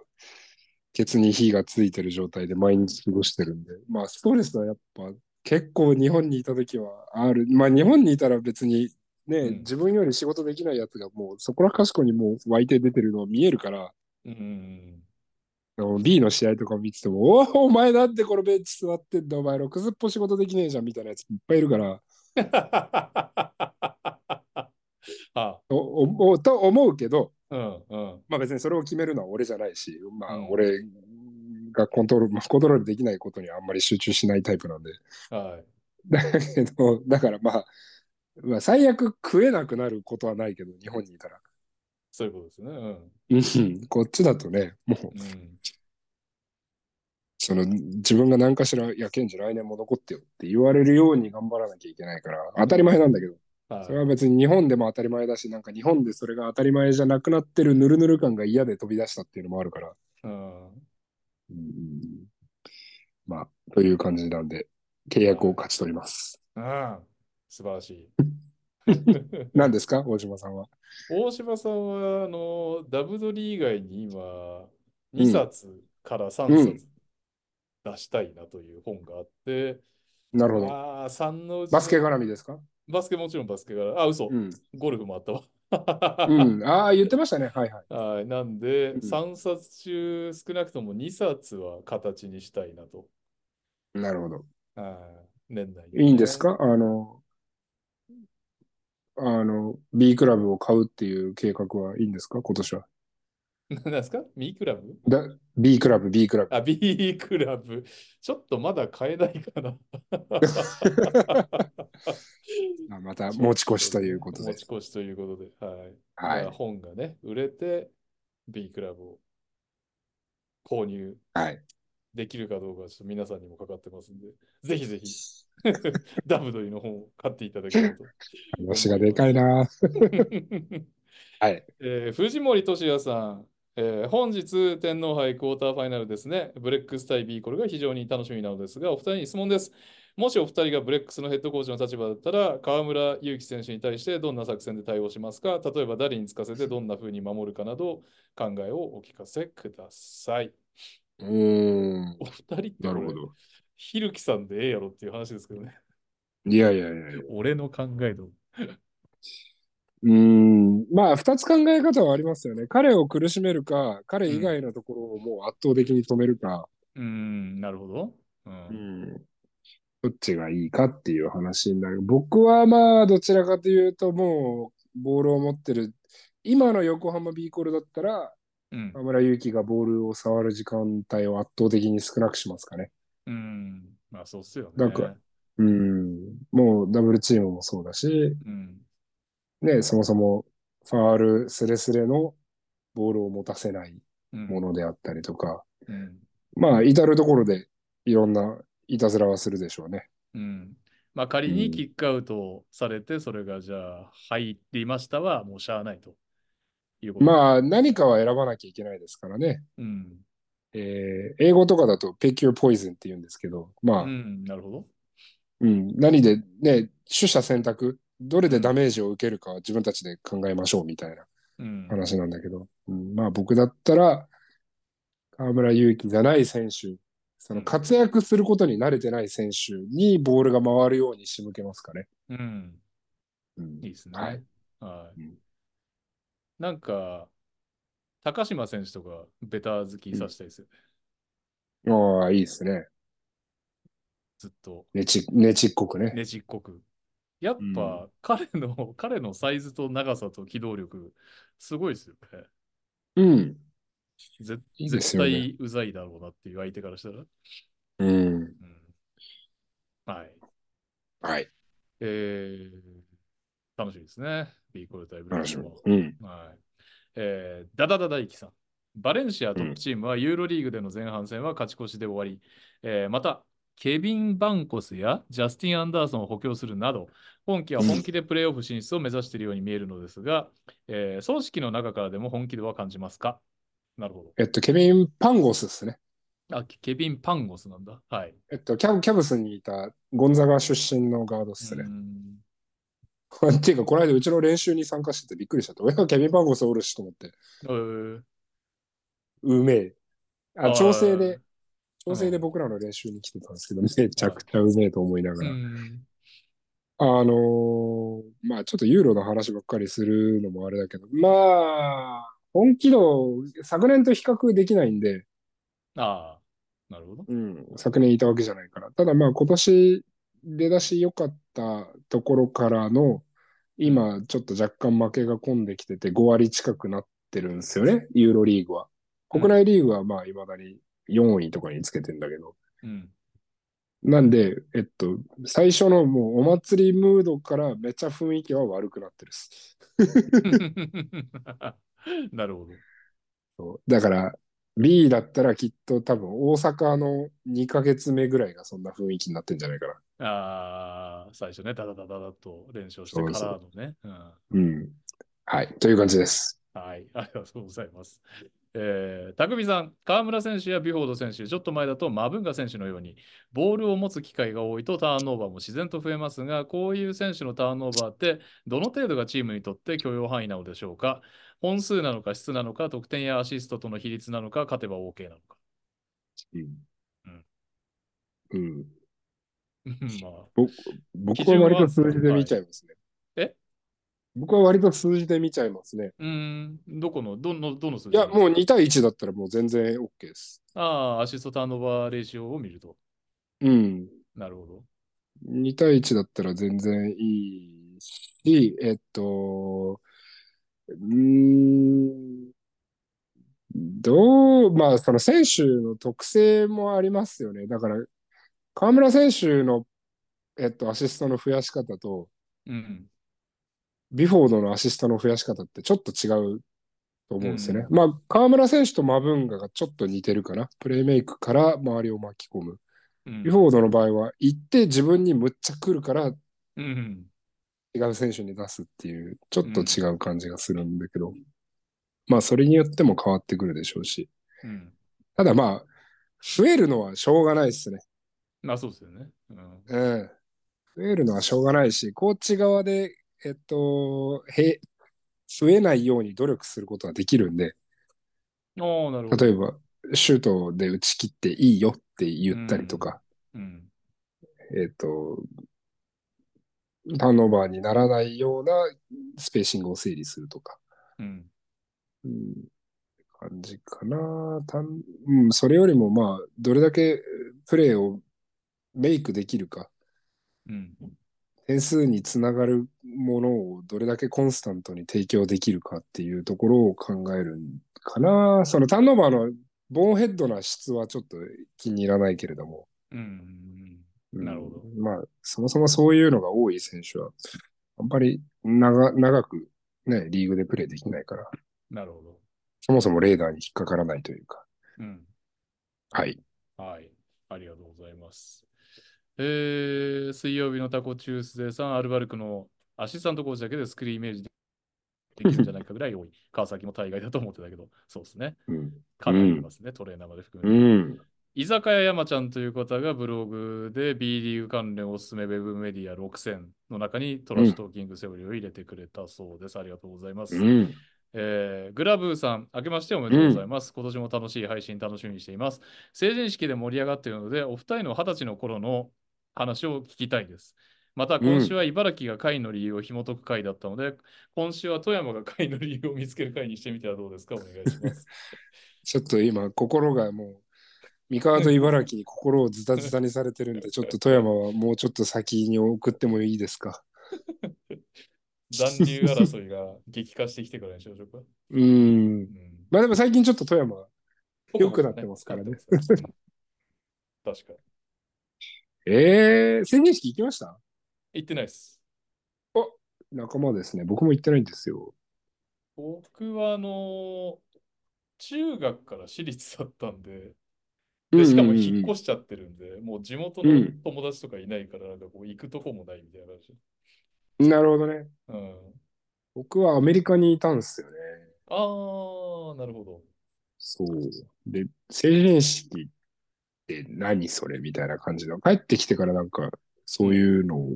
S2: ケツに火がついてる状態で毎日過ごしてるんで、まあ、ストレスはやっぱ、結構日本にいた時はある。まあ、日本にいたら別に、ね、
S1: うん
S2: 自分より仕事できないやつがもう、そこらかしこにもう湧いて出てるのは見えるから、
S1: うん。
S2: あの B の試合とか見てても、おお、お前だってこのベンチ座ってんだ、お前ろくずっぽ仕事できねえじゃんみたいなやついっぱいいるから、
S1: あ、
S2: おおおと思うけど、
S1: うんうん。
S2: まあ別にそれを決めるのは俺じゃないし、ま
S1: うん
S2: あ俺がコントロール、まあコントロールできないことにあんまり集中しないタイプなんで。
S1: はい。
S2: だけど、だからまあ、まあ、最悪食えなくなることはないけど、日本にいたら。
S1: そういうことですね。うん。
S2: うんこっちだとね、も
S1: う
S2: う、
S1: ん、
S2: その自分が何かしら、いや、ケンジ来年も残ってよって言われるように頑張らなきゃいけないから、当たり前なんだけど、
S1: はい
S2: それは別に日本でも当たり前だし、なんか日本でそれが当たり前じゃなくなってるぬるぬる感が嫌で飛び出したっていうのもあるから、
S1: うん。
S2: うんまあ、という感じなんで、契約を勝ち取ります。
S1: うん。素晴らし い。
S2: 何ですか、大島さんは。
S1: 大島さんは、あの、ダブドリ以外に今、2冊から3冊出したいなという本があって、
S2: なるほど。
S1: ああ、3のうちの
S2: バスケ絡みですか
S1: バスケもちろんバスケから、あ、嘘、
S2: うん。
S1: ゴルフもあったわ。
S2: うん。ああ、言ってましたね。はいは い。
S1: はい、なんで、
S2: うん
S1: 3冊中少なくとも2冊は形にしたいなと。
S2: なるほど。
S1: はい年内に、
S2: いいんです かあの、あの、B クラブを買うっていう計画はいいんですか今年は。
S1: 何ですか ?B クラブ
S2: だ B クラブ、B ク ラブ。
S1: あ、B クラブ。ちょっとまだ買えないかな。
S2: あまた持ち越しということで
S1: 持。ち越しということで。はい。
S2: は
S1: まあ
S2: い。
S1: 本がね、売れて B クラブを購入
S2: はい。
S1: できるかどうか、ちょっと皆さんにもかかってますんで、ぜひぜ ひ、ダブドリの本を買っていただけると。
S2: 話がでかいな。はい。
S1: えー藤森俊也さん、えー本日天皇杯クォーターファイナルですね。ブレックス対ビーコルが非常に楽しみなのですが、お二人に質問です。もしお二人がブレックスのヘッドコーチの立場だったら、河村勇輝選手に対してどんな作戦で対応しますか例えば誰につかせてどんな風に守るかなど考えをお聞かせください。
S2: うーん。
S1: お二人って
S2: なるほ
S1: これ
S2: ど。
S1: ひるきさんでええやろっていう話ですけど ね。
S2: いやいやいやいや。
S1: 俺の考えと。
S2: うーんまあ、二つ考え方はありますよね。彼を苦しめるか、彼以外のところをもう圧倒的に止めるか、
S1: うーん、なるほど。うん
S2: うんどっちがいいかっていう話になる。僕はまあ、どちらかというと、もう、ボールを持ってる、今の横浜ビーコルだったら、
S1: うん
S2: 河村勇輝がボールを触る時間帯を圧倒的に少なくしますかね。
S1: うん、まあそうっすよね。
S2: なんかうん、もう、ダブルチームもそうだし、
S1: うん、
S2: ね、そもそも、ファールスレスレのボールを持たせない
S1: うん、
S2: ものであったりとか、
S1: うん、
S2: まあ、至るところでいろんないたずらはするでしょうね。
S1: うん。まあ仮
S2: う
S1: に
S2: ん
S1: キックアウトされて、それがじゃあ入りましたはもうしゃあないということ。あ。
S2: まあ、何かは選ばなきゃいけないですからね。
S1: うん。
S2: えー英語とかだと pick your poison って言うんですけど、ま
S1: う
S2: あ、うん
S1: ん、なるほど。
S2: 何でね、取捨選択、どれでダメージを受けるかは自分たちで考えましょうみたいな
S1: うん。
S2: 話なんだけど、うん、まあ僕だったら、河村勇輝じゃない選手、その活躍することに慣れてない選手にボールが回るように仕向けますかね。
S1: うん。
S2: うん
S1: いいですね。
S2: は
S1: はいい。
S2: うん
S1: なんか、高島選手とか、ベタ好きさせたいですよね。
S2: ああ、いいですね。
S1: ずっと、
S2: ねち、ねちっこくね。
S1: ねじっこく。やっ
S2: う
S1: ぱ、彼の、 彼のサイズと長さと機動力、すごいですよね。
S2: うん。
S1: ぜ
S2: いいで
S1: 絶
S2: すよね
S1: 対うざいだろうなっていう相手からしたら。
S2: うん。
S1: うん、はい。
S2: はい。
S1: えー、楽しみですね。ビーコルタイブ
S2: 楽しみ
S1: も。。
S2: うん。
S1: はい。えー、ダダダダイキさん。バレンシアとチームはユーロリーグでの前半戦は勝ち越しで終わり、えーまた、ケビン・バンコスやジャスティン・アンダーソンを補強するなど、本季は本気でプレーオフ進出を目指しているように見えるのですが、えー組織の中からでも本気度は感じますかなるほ
S2: えっと、ケビン・パンゴスですね。
S1: ど。あ、ケビン・パンゴスなんだ。はい。
S2: えっと、キャブキャブスにいたゴンザガ出身のガードです
S1: う
S2: ね。
S1: ん
S2: っていうか、この間うちの練習に参加しててびっくりしちゃった。俺がケビン・パンゴスおるしと思って、
S1: えー
S2: うめえ。あ、
S1: あー
S2: 調整で、調整で僕らの練習に来てたんですけど、めちゃくちゃうめえと思いながら。
S1: うん
S2: あのーまあちょっとユーロの話ばっかりするのもあれだけど、まあ、本気度、昨年と比較できないんで、
S1: ああ、なるほど。
S2: うん、昨年いたわけじゃないから。ただまあ今年出だし良かったところからの、今ちょっと若干負けが込んできてて5割近くなってるんですよね、ユーロリーグは。国内リーグはまあ未だに4位とかにつけてんだけど。
S1: うん。
S2: なんで、えっと、最初のもうお祭りムードからめっちゃ雰囲気は悪くなってるっす。
S1: なるほど。
S2: そうだから、B だったらきっと多分大阪の2ヶ月目ぐらいがそんな雰囲気になってんじゃないかな。
S1: ああ、最初ね、ダダダダダッと連勝してからのね。うん
S2: うん。はい。という感じです。
S1: はい、 ありがとうございます。えー、匠さん、河村選手やビュフォード選手、ちょっと前だとマブンガ選手のように、ボールを持つ機会が多いとターンオーバーも自然と増えますが、こういう選手のターンオーバーって、どの程度がチームにとって許容範囲なのでしょうか本数なのか質なのか、得点やアシストとの比率なのか、勝てば OK なのか。
S2: うん
S1: うん。
S2: うん、
S1: うんまあ、
S2: 僕は割と数字で見ちゃいますね。
S1: はいえ
S2: 僕は割と数字で見ちゃいますね。
S1: うーん、どこの、どの、どの数
S2: い
S1: 字
S2: や、もう2対1だったらもう全然 OK です。
S1: ああ、アシストターンオーバーレシオを見ると。
S2: うん。
S1: なるほど。
S2: 2対1だったら全然いいし、えっと、うーん、どう、まあ、その選手の特性もありますよね。だから、河村選手の、えっと、アシストの増やし方と、
S1: うん。
S2: ビフォードのアシストの増やし方ってちょっと違うと思うんですよね。まあ、河村選手とマブンガがちょっと似てるかな。プレイメイクから周りを巻き込む。
S1: うん
S2: ビフォードの場合は、行って自分にむっちゃ来るから
S1: うん。
S2: 違う選手に出すっていう、ちょっと違う感じがするんだけど、まあ、それによっても変わってくるでしょうし。
S1: うん。
S2: ただまあ、増えるのはしょうがないですね。
S1: まあそうですよね。うん。
S2: うん。増えるのはしょうがないし、コーチ側で、えっと、へ、増えないように努力することはできるんで、
S1: ああ、なるほど。
S2: 例えば、シュートで打ち切っていいよって言ったりとか、
S1: うん。
S2: えっ、と、ターンオーバーにならないようなスペーシングを整理するとか、
S1: うん。
S2: うん、感じかな。たんうん、それよりも、まあ、どれだけプレーをメイクできるか、
S1: うん。
S2: 点数につながるものをどれだけコンスタントに提供できるかっていうところを考えるんかな。そのターンオーバーのボーンヘッドな質はちょっと気に入らないけれども、
S1: うん。
S2: うん
S1: なるほど。
S2: まあ、そもそもそういうのが多い選手は、あんまり長長く、ね、リーグでプレーできないから、
S1: なるほど。
S2: そもそもレーダーに引っかからないというか、
S1: うん。
S2: はい。
S1: はい。ありがとうございます。えー、水曜日のタコチュースデーさん、アルバルクのアシスタントコーチだけでスクリーンイメージできるんじゃないかぐらい多い。川崎も大概だと思ってたけど、そうですね。
S2: うん。
S1: かなりいますね、トレーナーまで含めて。
S2: うん。
S1: 居酒屋山ちゃんという方がブログで B リーグ関連おすすめウェブメディア6000の中にトラッシュトーキングセオリーを入れてくれたそうです。ありがとうございます。
S2: うん。
S1: えーグラブーさん、明けましておめでとうございます。今年も楽しい配信楽しみにしています。成人式で盛り上がっているので、お二人の二十歳の頃の話を聞きたいです。また今週は茨城が会の理由を紐解く会だったので、今週は富山が会の理由を見つける会にしてみてはどうですかお願いし ます。
S2: ちょっと今、心がもう、三河と茨城に心をズタズタにされてるんで、ちょっと富山はもうちょっと先に送ってもいいですか。
S1: 残留争いが激化してきてからにしましょうか。
S2: うん。
S1: うん
S2: まあでも最近ちょっと富山、良くなってますからね
S1: 良くなってますから確かに。
S2: えー、成人式行きました
S1: 行ってないです。
S2: 仲間ですね。僕も行ってないんですよ。
S1: 僕はあのー中学から私立だったんで、
S2: う
S1: で、
S2: ん
S1: しかも
S2: うんうん
S1: 引っ越しちゃってるんで、もう地元
S2: う
S1: の
S2: ん
S1: 友達とかいないから、なんかこう行くとこもないみたいな感じ。
S2: なるほどね。
S1: うん。
S2: 僕はアメリカにいたんですよね。
S1: あー、なるほど。
S2: そう。で、成人式って何それみたいな感じの。帰ってきてからなんか、そういうの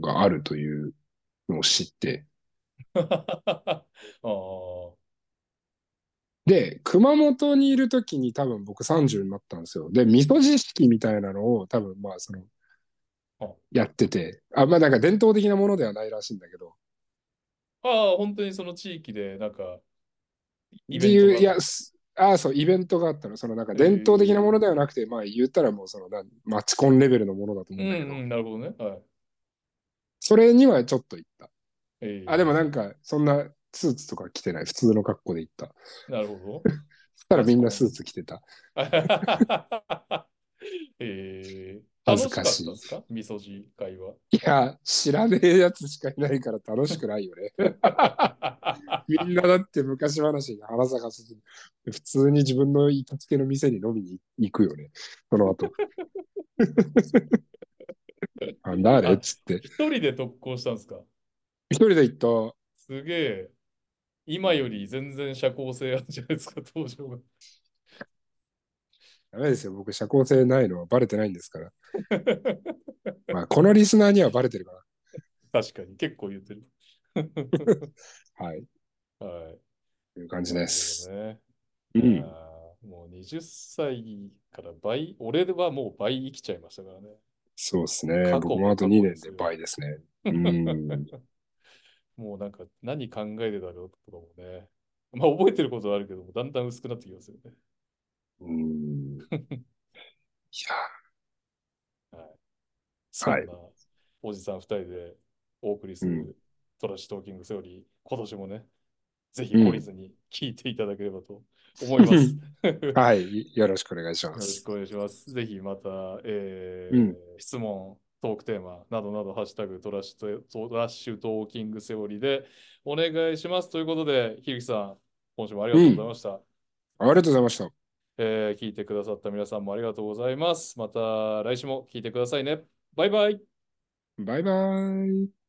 S2: があるというのを知って。
S1: あ
S2: で、熊本にいる時に多分僕30になったんですよ。で、味噌知識みたいなのを多分まあその
S1: あ、
S2: やってて。あ、まあなんか伝統的なものではないらしいんだけど。
S1: ー、あー本当にその地域で、なんか、イ
S2: って
S1: ベン
S2: い
S1: ト
S2: う、
S1: が
S2: いや、すああ、そう、イベントがあったの。そのなんか伝統的なものではなくて、まあ言ったらもうその、なんマチコンレベルのものだと思
S1: う
S2: う
S1: ん
S2: んだけど、
S1: うん、なるほどね。はい。
S2: それにはちょっと行った。
S1: えー
S2: あ、でもなんか、そんなスーツとか着てない。普通の格好で行った。
S1: なるほど。
S2: そしたらみんなスーツ着てた。
S1: えー、
S2: 恥ずかしい
S1: 楽しかったですか味噌汁会話。
S2: いや、知らねえやつしかいないから楽しくないよ ね。みんなだって昔話に花咲かせて、普通に自分の行きつけの店に飲みに行くよね。そ の後。あ、誰っつって。
S1: 一人で特攻したんですか
S2: 一人で行った。
S1: すげえ。今より全然社交性あるじゃないですか、登場が。
S2: ダメですよ。僕、社交性ないのはバレてないんですから。まあ、このリスナーにはバレてるか
S1: 確かに、結構言ってる。
S2: ら。はい。
S1: はい。
S2: という感じです。
S1: なる
S2: う
S1: ほどね
S2: ん。
S1: あーもう20歳から倍、俺はもう倍生きちゃいましたからね。
S2: そうですね。
S1: 過去
S2: 僕もあと
S1: 過去
S2: 2年
S1: です
S2: で
S1: よ
S2: 倍ですね。 うん。
S1: もうなんか何考えてたろうとかもね。まあ覚えてることはあるけども、だんだん薄くなってきますよね。
S2: うん。いや、
S1: そん
S2: はい
S1: なおじさん2人でお送りす
S2: うん
S1: るトラッシュトーキングセオリー、今年もね、ぜひ懲りずに聞いていただければと思い ます。
S2: う
S1: よ
S2: はい。よろしくお願いしま
S1: ろし
S2: す。
S1: くお願いします。ぜひまた、えー
S2: うん
S1: 質問、トークテーマなどなど、ハッシュタグトラッシュトトラッシュトーキングセオリーでお願いします。ということで、ひるきさん、今週もありがとうございました。
S2: ありがとうございました。
S1: えー聞いてくださった皆さんもありがとうございます。また来週も聞いてくださいね。バイバイ。
S2: バイバイ。